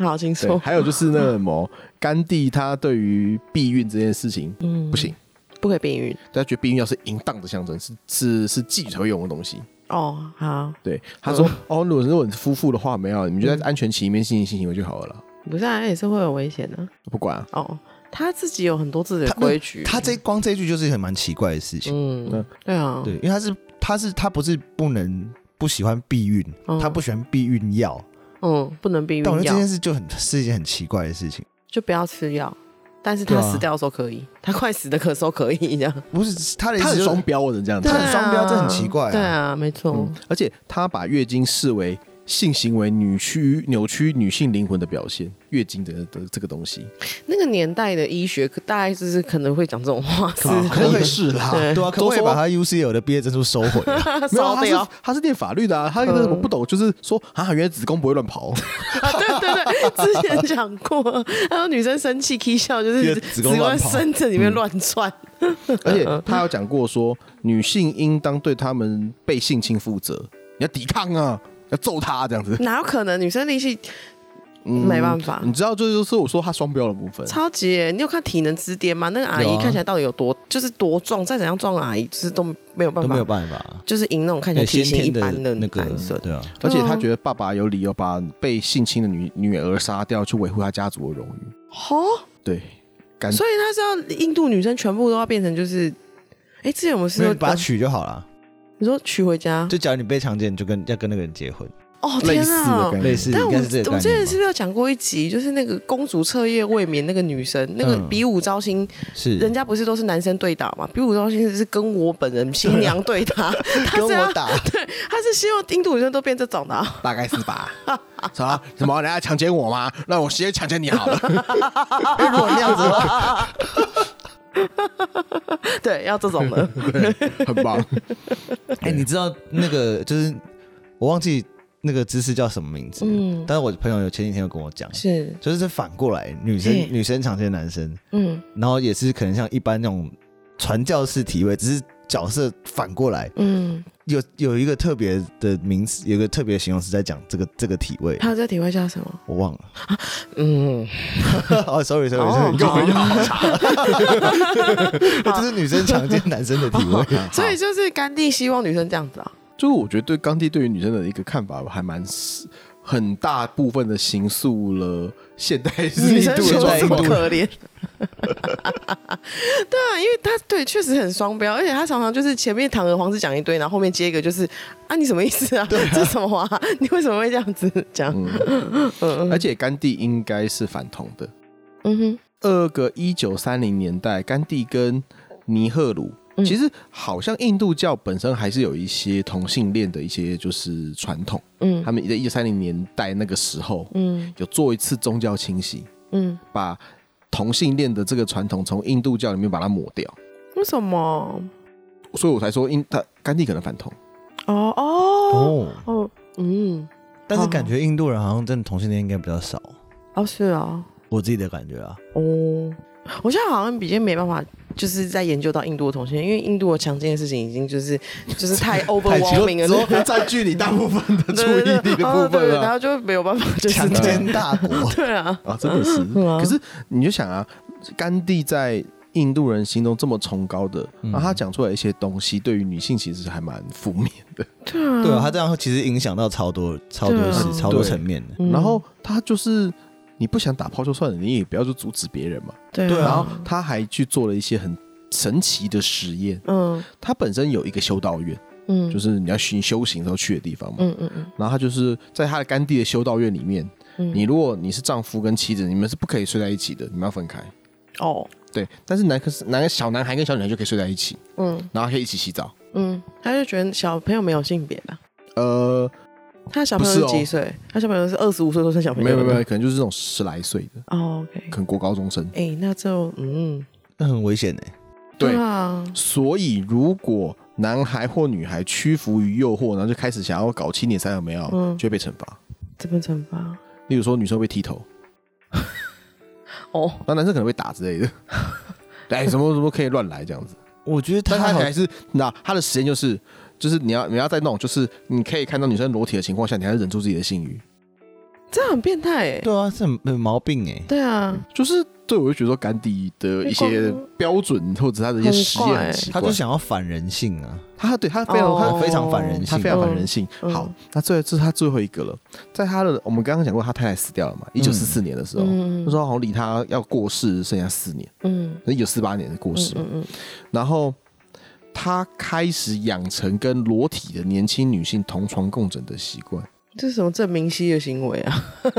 C: 好，请”
B: 对，
C: 说。
B: 还有就是那个什么 甘地，他对于避孕这件事情
C: 嗯
B: 不，行，
C: 不可以避孕
B: 他觉得避孕药是淫荡的象征，是是是妓女才会用的东西。
C: 哦。好，
B: 对，他说：“哦，如果如果你是夫妇的话，没有，啊你们就在安全期里面进行性行为就好了啦，
C: 不是、啊，也是会有危险的、
B: 不管啊。”
C: 哦。他自己有很多自己的
A: 他嗯
C: 规矩，
A: 他这光这一句就是很蛮奇怪的事情。
C: 嗯，对啊，
A: 对，因为他是他是他不是不能不喜欢避孕，
C: 嗯
A: 他不喜欢避孕药，
C: 嗯，不能避
A: 但我
C: 孕
A: 觉得这件
C: 药
A: 事就很是一件很奇怪的事情。
C: 就不要吃药，但是
A: 对
C: 他
A: 啊
C: 死掉的时候可以，他快死的可时候可以这样，
A: 不是他的意思
B: 他很
A: 就是
B: 双标的这样子
A: 对他，很双标
C: 对啊
A: 这很奇怪啊
C: 对啊，没错
B: 嗯，，而且他把月经视为性行为扭曲扭曲女性灵魂的表现，月经的的这个东西，
C: 那个年代的医学大概就是可能会讲这种话，是
A: 啊
B: 可 能是啦
C: 对
A: 对啊，可不可以
B: 都说
A: 把他 UCL 的毕业证书收回啊？
B: 没有
C: 烧
B: 啊他
C: 掉
B: 是，他是念法律的啊，他那个我不懂，就是说啊，原来子宫不会乱跑，
C: 啊， 对对对，之前讲过，他说女生生气 k 笑就
A: 因
C: 是
A: 为子
C: 子
A: 宫乱
C: 宫
A: 跑嗯
C: 伸着里面乱窜，
B: 而且
C: 嗯
B: 他有讲过说，女性应当对他们被性侵负责，你要抵抗啊，要揍他这样子，
C: 哪有可能？女生力气
B: 嗯
C: 没办法
B: 你知道这就是我说他双标的部分，
C: 超级耶，你有看《体能之巅》吗？那个阿
A: 有
C: 姨
A: 啊
C: 看起来到底有多，就是多壮，再怎样壮的阿姨，就是都没有办
A: 都
C: 法
A: 没有，办 法，啊哎
C: 就是赢那种看起来体
A: 先
C: 型一
A: 天的
C: 般的
A: 那个
C: 男生。
A: 对啊，
B: 而且
C: 对啊
B: 他觉得爸爸有理由把被性侵的女女儿杀掉，去维护他家族的荣誉。
A: 嗯
C: 哦，
B: 对，感
C: 所以他是要印度女生全部都要变成就是，哎，之前我们是
A: 所
C: 说
A: 以把他娶就好了。
C: 你说娶回家，
A: 就假如你被强奸，你就跟要跟那个人结婚，
C: 哦
B: 类
C: 天
B: 似的
C: 啊
B: 概！念，
A: 类似
C: 但
A: 应
C: 我
A: 该是这个
C: 我
A: 概
C: 们之前
A: 念
C: 是不是有讲过一集，就是那个公主彻夜未眠那个女生，那个
A: 嗯
C: 比武招亲，
A: 吧。是
C: 人家不是都是男生对打嘛？比武招亲是跟我本人新娘对 打，她
A: 跟
C: 是要
A: 我 打，
C: 对，她是希望印度女生都变这种的啊、
B: 大 概是吧？什么什么？人家强奸我吗？那我直接强奸你 好了。
A: 如果那样子的话，
C: 对，要这 种的，
B: 很棒。
A: 哎，你知道那个就是我忘记那个姿势叫什么名字，
C: 嗯
A: 但是我朋友有前几天有跟我讲，
C: 是，
A: 就是这反过来，女生
C: 嘿
A: 女生强奸男生，
C: 嗯
A: 然后也是可能像一般那种传教士体位，只是角色反过来，
C: 嗯，
A: 有有一个特别的名词，有一个特别的形容词在讲这个这个体位，
C: 还有这个体会叫什么？
A: 我忘了。
C: 嗯，
A: 哦，sorry sorry
C: 哦
A: sorry，
C: 好
A: 这是女生强奸男生的体 位。
C: 所以就是甘地希望女生这样子啊，
B: 就是我觉得对刚愎对于女生的一个看法，还蛮很大部分的形塑了现代
C: 女
B: 印
C: 生
B: 度的
C: 说
B: 状
C: 这么
B: 况。
C: 可怜， 对啊，因为他对确实很双标，而且他常常就是前面堂而皇之讲一堆，然后后面接一个就是啊，你什么意思啊？这什么啊？你为什么会这样子讲？
B: 嗯 而且甘地应该是反同的。
C: 嗯哼，
B: 二个一九三零年代，甘地跟尼赫鲁，
C: 嗯
B: 其实好像印度教本身还是有一些同性恋的一些就是传统。
C: 嗯
B: 他们在一九三零年代那个时候，
C: 嗯
B: 有做一次宗教清洗，
C: 嗯，
B: 把同性恋的这个传统从印度教里面把它抹掉，
C: 为什么？
B: 所以我才说印他甘地可能反同。
C: 哦哦
A: 哦，
C: 哦，嗯，
A: 但是感觉印度人好像真的同性恋应该比较少，
C: 哦是啊，
A: 我自己的感觉啊。
C: 哦，我现在好像比较没办法。就是在研究到印度的同性恋，因为印度的强奸的事情已经就是就是 太 overwhelming 了，
B: 只要占据你大部分的注
C: 对
B: 意
C: 对
B: 力
C: 对，
B: 的
C: 哦
B: 部
C: 对对
B: 分
C: 然
B: 啊
C: 后就没有办法，就是
A: 强
C: 对，
A: 奸大 国
C: 对啊，
B: 啊，真的是。
C: 啊
B: 可是你就想啊，甘地在印度人心中这么崇高的，
C: 嗯
B: 然后他讲出来一些东西，对于女性其实还蛮负面的。
C: 对啊，
A: 对啊，他这样其实影响到超多、超多
C: 对
A: 事、
C: 啊
A: 超多
B: 对
A: 层面的。
C: 嗯
B: 然后他就是你不想打炮就算了，你也不要去阻止别人嘛。
C: 对
A: 对啊
B: 然后他还去做了一些很神奇的实验。
C: 嗯
B: 他本身有一个修道院，
C: 嗯，
B: 就是你要寻修行的时候去的地方嘛。
C: 嗯嗯嗯
B: 然后他就是在他的甘地的修道院里面，
C: 嗯，
B: 你如果你是丈夫跟妻子，你们是不可以睡在一起的，你们要分开。
C: 哦，
B: 对，但是男可是男小男孩跟小女孩就可以睡在一起，
C: 嗯
B: 然后可以一起洗澡。
C: 嗯，他就觉得小朋友没有性别的，
B: 呃，
C: 他小朋友是几岁？他小朋友是二十五岁都生小朋
B: 哦没
C: 友
B: 有
C: 了，
B: 没有没有，可能就是这种十来岁的，
C: 哦，OK，
B: 可能国高中生。
C: 哎，那就嗯，
A: 那很危险呢。欸
B: 对，
C: 啊，
B: 所以如果男孩或女孩屈服于诱惑，然后就开始想要搞七年三有没有，
C: 嗯
B: 就会被惩罚。
C: 怎么惩罚？
B: 例如说，女生会被剃头，
C: 哦，
B: 那男生可能被打之类的。 哎，什么什么可以乱来这样子，
A: 我觉得
B: 但他
A: 好
B: 还是那他的实验就是，就是你要你要在那种就是你可以看到女生裸体的情况下，你还是忍住自己的性欲，
C: 这样很变态哎，
A: 对啊，是很很毛病哎。
C: 对啊，
B: 就是对我就觉得说甘地的一些标准或者他的一些实验很奇怪，
A: 他就想要反人性啊，
B: 他对他非常、他
C: 哦
A: 非常反人
B: 他
A: 性
B: 非。常反人性。
C: 嗯
B: 好，那最这是他最后一个了，在他的我们刚刚讲过，他太太死掉了嘛，一九四四年的时候，
C: 嗯
B: 那时候好像离他要过世剩下四年，
C: 嗯
B: 一九四八年的过世嘛。
C: 嗯嗯
B: 然后他开始养成跟裸体的年轻女性同床共枕的习惯，
C: 这是什么郑明熙的行为啊？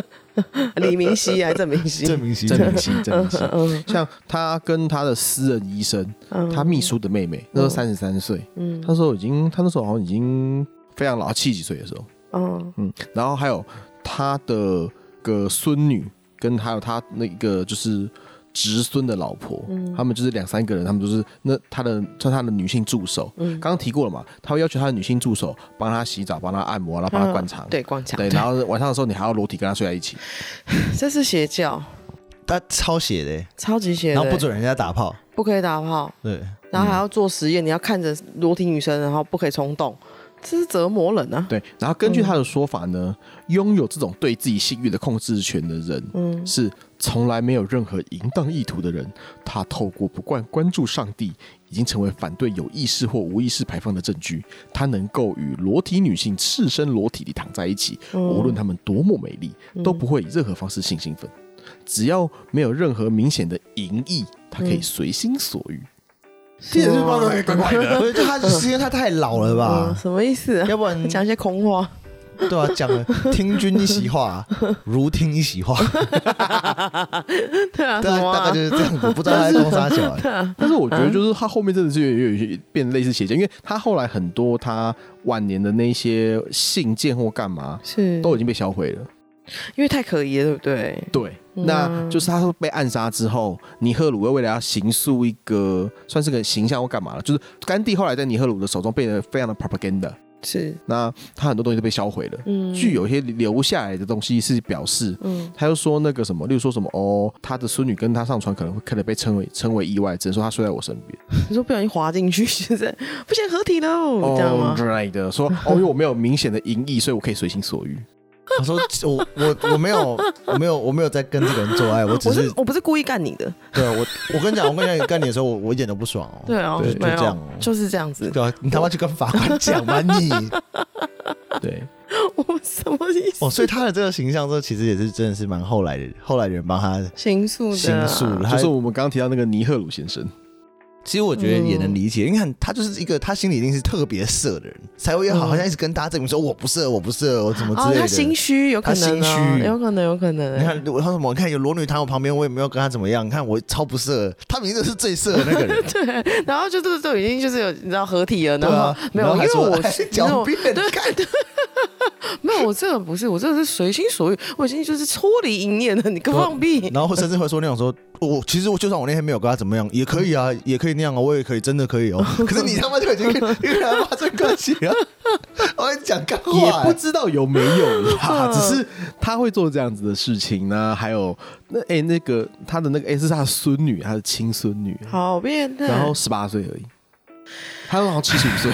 C: 李明熙还是郑明熙？
A: 明熙
B: 真 明星，真明星。
C: 嗯
B: 像他跟他的私人医生，
C: 嗯
B: 他秘书的妹妹，那时候三十三岁，
C: 嗯
B: 那时候已经，他那时候好像已经非常老，七十几岁的时候。
C: 嗯
B: 嗯，然后还有他的个孙女，跟还有他那个就是侄孙的老婆，
C: 嗯
B: 他们就是两三个人，他们就是那他的算他的女性助手，
C: 嗯
B: 刚刚提过了嘛，他会要求他的女性助手帮他洗澡、帮他按摩，然后帮他灌肠，
C: 嗯对灌肠，
B: 对，然后晚上的时候你还要裸体跟他睡在一起，
C: 这是邪教，
A: 他超写的欸，
C: 超级邪的，欸
A: 然后不准人嗯家打炮。
C: 不可以打炮，
A: 对，
C: 然后还要做实验，你要看着裸体女生，然后不可以冲动，这是折磨人啊。
B: 对，然后根据他的说法呢，拥有这种对自己性欲的控制权的人，
C: 嗯
B: 是从来没有任何淫荡意图的人，他透过不惯关注上帝，已经成为反对有意识或无意识排放的证据。他能够与裸体女性赤身裸体地躺在一起，
C: 嗯
B: 无论她们多么美丽，都不会以任何方式性兴奋。只要没有任何明显的淫意，他可以随心所欲。
A: 这也是
C: 哇
A: 帮人怪怪 的。不是，就他是因为他太老了
C: 嗯
A: 吧？嗯
C: 什么意思啊？
A: 要不然
C: 讲一些空话，
A: 对啊，讲了听君一席话，如听一席 话，
C: 对啊，
A: 对
C: 什
A: 啊，
C: 么啊
A: 大概就是这样子，不知道他在攻啥小欸。
B: 但是我觉得，就是他后面真的是有有有有变得类似邪教，因为他后来很多他晚年的那些信件或干嘛，
C: 是
B: 都已经被销毁了。
C: 因为太可疑了，对不对？
B: 对，
C: 嗯
B: 那就是他说被暗杀之后，尼赫鲁又为了要形塑一个算是个形象或干嘛了，就是甘地后来在尼赫鲁的手中变得非常的 propaganda，
C: 是，
B: 那他很多东西都被销毁了，
C: 嗯，
B: 据有一些留下来的东西是表示。
C: 嗯
B: 他又说那个什么，例如说什么哦，他的孙女跟他上床可能会可能被称为称为意外，只能说他睡在我身边，
C: 你说不小心滑进去， 现在不想合体喽，嗯这样
B: 哦
C: 吗？
B: 之类的， 说哦，因为我没有明显的淫意，所以我可以随心所欲。
A: 我说我我我没有我没有我没有在跟这个人做爱，我只
C: 我
A: 是
C: 是我不是故意干你的，
A: 对啊我我跟你讲，我跟你讲，干你的时候我我一点都不爽哦。
C: 对啊，
A: 对，就
C: 没
A: 这样
C: 有
A: 哦，。
C: 就是这样子，
A: 对啊，你他妈去跟法官讲吧你！
B: 对，
C: 我不什么意思？
A: 哦，所以他的这个形象，这其实也是真的是蛮后来的，后来人帮他。
C: 刑诉的啊、
A: 刑诉了
B: 就是我们刚刚提到那个尼赫鲁先生，
A: 其实我觉得也
C: 嗯
A: 能理解，你看他就是一个他心里一定是特别色的人，才会好好像一直跟大家证明说我不色，我不色，我怎么之
C: 哦，
A: 类的。
C: 他心虚，有可能、
A: 他心
C: 哦，
A: 虚
C: 有可能，有可能。
A: 你看，我他什么？你看有裸女躺我旁边，我也没有跟她怎么样。你看我超不色，他明明就是最色的那 个人。
C: 对，然后就这都已经就是有你知道合体了，
A: 对
C: 然后
A: 啊，
C: 没
A: 然
C: 有，
A: 后
C: 因
A: 还
C: 为
A: 说
C: 我
A: 哎狡辩，
C: 对
A: 干
C: 没有，我这个不是，我这个是随心所欲，我已经就是脱离淫念了，你个放屁！
A: 然后甚至会说那种说，我其实我就算我那天没有跟他怎么样，也可以啊，也可以那样啊，我也可以，真的可 以哦。可是你他妈就已经跟跟他发生关系了，我跟你讲干
B: 也
A: 话
B: 不
A: 欸。
B: 知道有没有 啦，只是他会做这样子的事情呢、还有那哎、那个他的那个哎、是他的孙女，他的亲孙女，
C: 好变态！
B: 然后十八岁而已，他好像七十五 岁，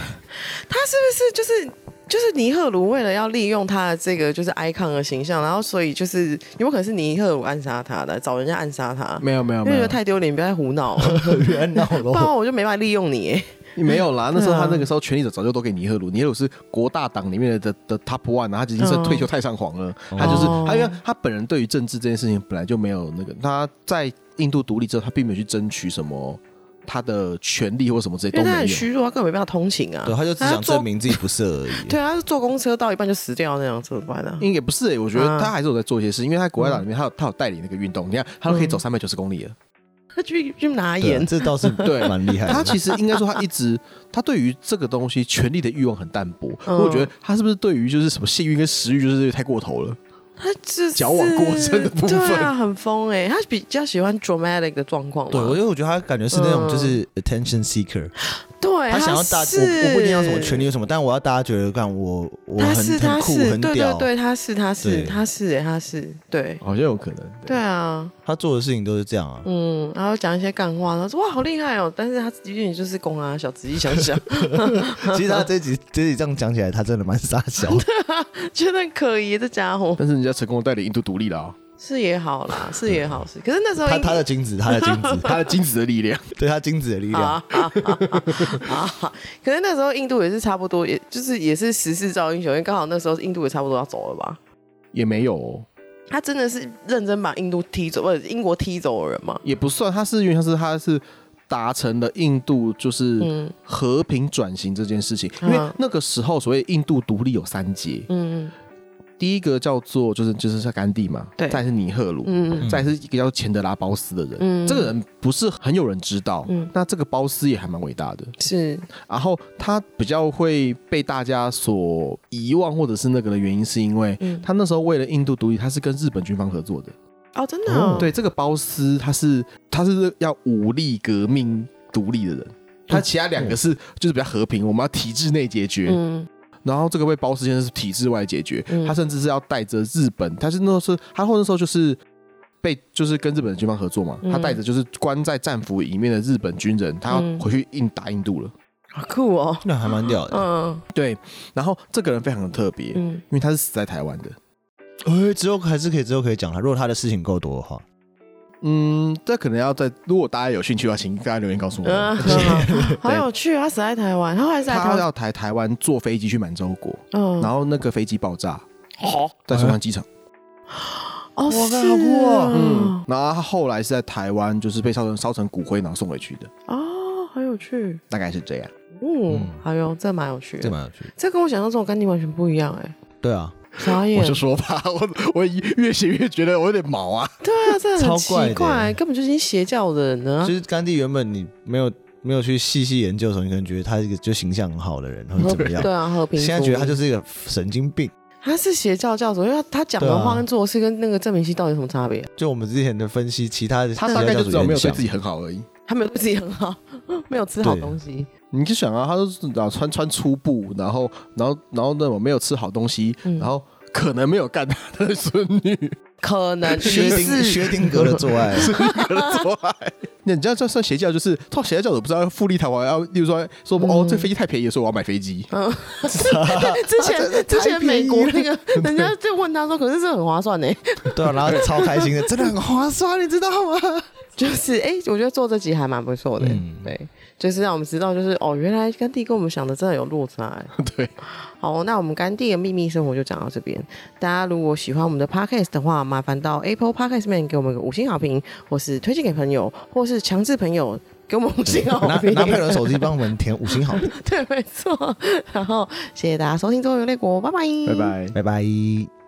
C: 他是不是就是就是尼赫鲁为了要利用他的这个就是 icon 的形象，然后所以就是有没有可能是尼赫鲁暗杀他的，找人家暗杀他？
B: 没有没有
C: 因
B: 没
C: 为觉得
B: 有
C: 太丢脸，你不要再胡 闹了，
A: 别人闹
C: 不然
A: 了，
C: 我就没办法利用你耶。
B: 没有
C: 啊
B: 啦，那时候他那个时候权力者早就都给尼赫鲁，尼赫鲁是国大党里面的的的 top one 啊，他已经是退休太上皇了，他就是
C: 嗯哦
B: 他因为他本人对于政治这件事情本来就没有那个，他在印度独立之后，他并没有去争取什么他的权利或什么这些
C: 因
B: 都
C: 为他
B: 没有。
C: 很虚弱，他根本没办法通勤啊。
A: 对，他就只想证明自己不色而
C: 他坐。
A: 已。
C: 对，他是坐公车到一半就死掉那样，怎么办
A: 啊
C: 呢、
B: 应该也不是、欸，我觉得
C: 啊嗯
B: 他还是有在做一些事，因为他在国外党里面，他有他有带领那个运动，你看他都可以走三百九十公里了。
C: 他去去拿
A: 对啊
C: 盐，
A: 这倒是
B: 对
A: 蛮厉害
C: 嗯
A: 的。
B: 他其实应该说，他一直他对于这个东西权力的欲望很淡薄。
C: 嗯
B: 我觉得他是不是对于就是什么性欲跟食欲就是太过头了？
C: 他就是
B: 矫枉过正的部分
C: 对啊，很疯哎、他比较喜欢 dramatic 的状况嘛。
A: 对，我因为我觉得他感觉是那种就是
C: 嗯
A: attention seeker，
C: 对，
A: 他想要大我我不一定要什么权
C: 利。
A: 利有什么，但我要大家觉得干我我
C: 他
A: 很
C: 是
A: 很
C: 他
A: 酷
C: 是
A: 很
C: 对对
A: 屌，
C: 对，他是他
A: 对
C: 是他是哎他是对
B: 好像有可能。
C: 对啊，
A: 他做的事情都是这样啊。
C: 嗯，然后讲一些干话，然后说哇好厉害哦，但是他有点就是公啊小，仔细想想
A: 其实他这几这几这样讲起来，他真的蛮傻小 的。
C: 觉得很可疑，这家伙
B: 但是人家成功地带领印度独立了、 啊，
C: 是也好啦，是也好是，可是那时候
A: 他
C: 应
A: 他的精子，他的精 子，
B: 他的精子的力量。
A: 对他精子的力量，
C: 啊啊啊啊！可是那时候印度也是差不多，也就是也是时势造英雄，因为刚好那时候印度也差不多要走了吧。
B: 也没有、哦，
C: 他真的是认真把印度踢走，不是英国踢走的人嘛？
B: 也不算，他是因为像是他是达成了印度就是
C: 嗯
B: 和平转型这件事情，因
C: 嗯
B: 为那个时候所谓印度独立有三阶，
C: 嗯
B: 第一个叫做就是就是像甘地嘛，
C: 对
B: 再来是尼赫鲁，
C: 嗯
B: 再来是一个叫钱德拉包斯的人，
C: 嗯
B: 这个人不是很有人知道，
C: 嗯
B: 那这个包斯也还蛮伟大的，
C: 是嗯
B: 然后他比较会被大家所遗忘或者是那个的原因，是因为
C: 嗯
B: 他那时候为了印度独立，他是跟日本军方合作的，
C: 哦，真的、哦、
B: 对，这个包斯他是他是要武力革命独立的人。他其他两个是就是比较和平，我们要体制内解决，
C: 嗯
B: 然后这个被包斯先生是体制外解决，
C: 嗯
B: 他甚至是要带着日本，他是那时候是他那时候就是被就是跟日本的军方合作嘛，
C: 嗯
B: 他带着就是关在战俘里面的日本军人，他要
C: 嗯
B: 回去印打印度了。
C: 好酷哦，
A: 那还蛮屌的。
C: 嗯
B: 对，然后这个人非常的特别，因
C: 嗯
B: 为他是死在台湾的。
A: 哎，之后还是可以，之后可以讲他。如果他的事情够多的话，
B: 嗯，这可能要在如果大家有兴趣的话，请大家留言告诉我们。
C: 嗯，好有趣，啊他死在台湾，他后来死在台
B: 他
C: 湾，
B: 要台台湾坐飞机去满洲国，
C: 嗯，
B: 然后那个飞机爆炸
C: 好
B: 在松山机场。
C: 哦，
A: 哇
C: 是
A: 好酷哦
B: 嗯
C: 哦，，
B: 然后他后来是在台湾就是被烧成烧成骨灰，然后送回去的，
C: 哦，好有趣，
B: 大概是这样。
C: 嗯
A: 嗯，
C: 好哟，这蛮有趣的
A: 这，蛮有趣的。
C: 这跟我想象中的甘地完全不一样哎、
A: 对啊，
C: 傻眼
B: 我！就说吧， 我我越写越觉得我有点毛啊。
C: 对啊，这很
A: 超怪
C: 奇
A: 的
C: 怪，根本就是已经邪教的人呢
A: 就。是甘地原本你没有没有去细细研究的时候，你可能觉得他是一个就形象很好的人，或者怎么样
C: 对。啊，和平主义。
A: 现在觉得他就是一个神经病。
C: 他是邪教教主，因为他他讲
A: 对
C: 的
A: 啊
C: 话跟做的事跟那个郑明熙到底有什么差别？
A: 就我们之前的分析，其他的
B: 他大概就只有没有对
A: 想
B: 自己很好而已。
C: 他没有对自己很好， 没有吃好东西。
B: 你就想啊，他就是然后穿穿粗布，然后然后然后那种没有吃好东西，
C: 嗯
B: 然后可能没有干他的孙女，
C: 可能
A: 薛
C: 疑
A: 丁
C: 似
A: 薛定谔的做爱，
B: 是可能做爱。那你知道这算邪教，就是通常邪教我不知道复利台湾，要例如说说哦，这飞机太便宜了，所以我要买飞机。
C: 嗯，对之前之前美国那个人家就问他说，可是这很划算呢。欸
A: 对啊，然后超开心的，真的很划算，你知道吗？
C: 就是哎、我觉得做这集还蛮不错的、对，就是让我们知道，就是哦，原来甘地跟我们想的真的有落差、 哎
B: 对，
C: 好，那我们甘地的秘密生活就讲到这边。大家如果喜欢我们的 podcast 的话，麻烦到 Apple Podcast 面给我们个五星好评，或是推荐给朋友，或是强制朋友给我们五星好
A: 拿
C: 评。
A: 拿朋友的手机帮我们填五星好 评，
C: 对，没错。然后谢谢大家收听《周游列国》，拜拜，
B: 拜。
A: 拜
B: 拜。
A: 拜。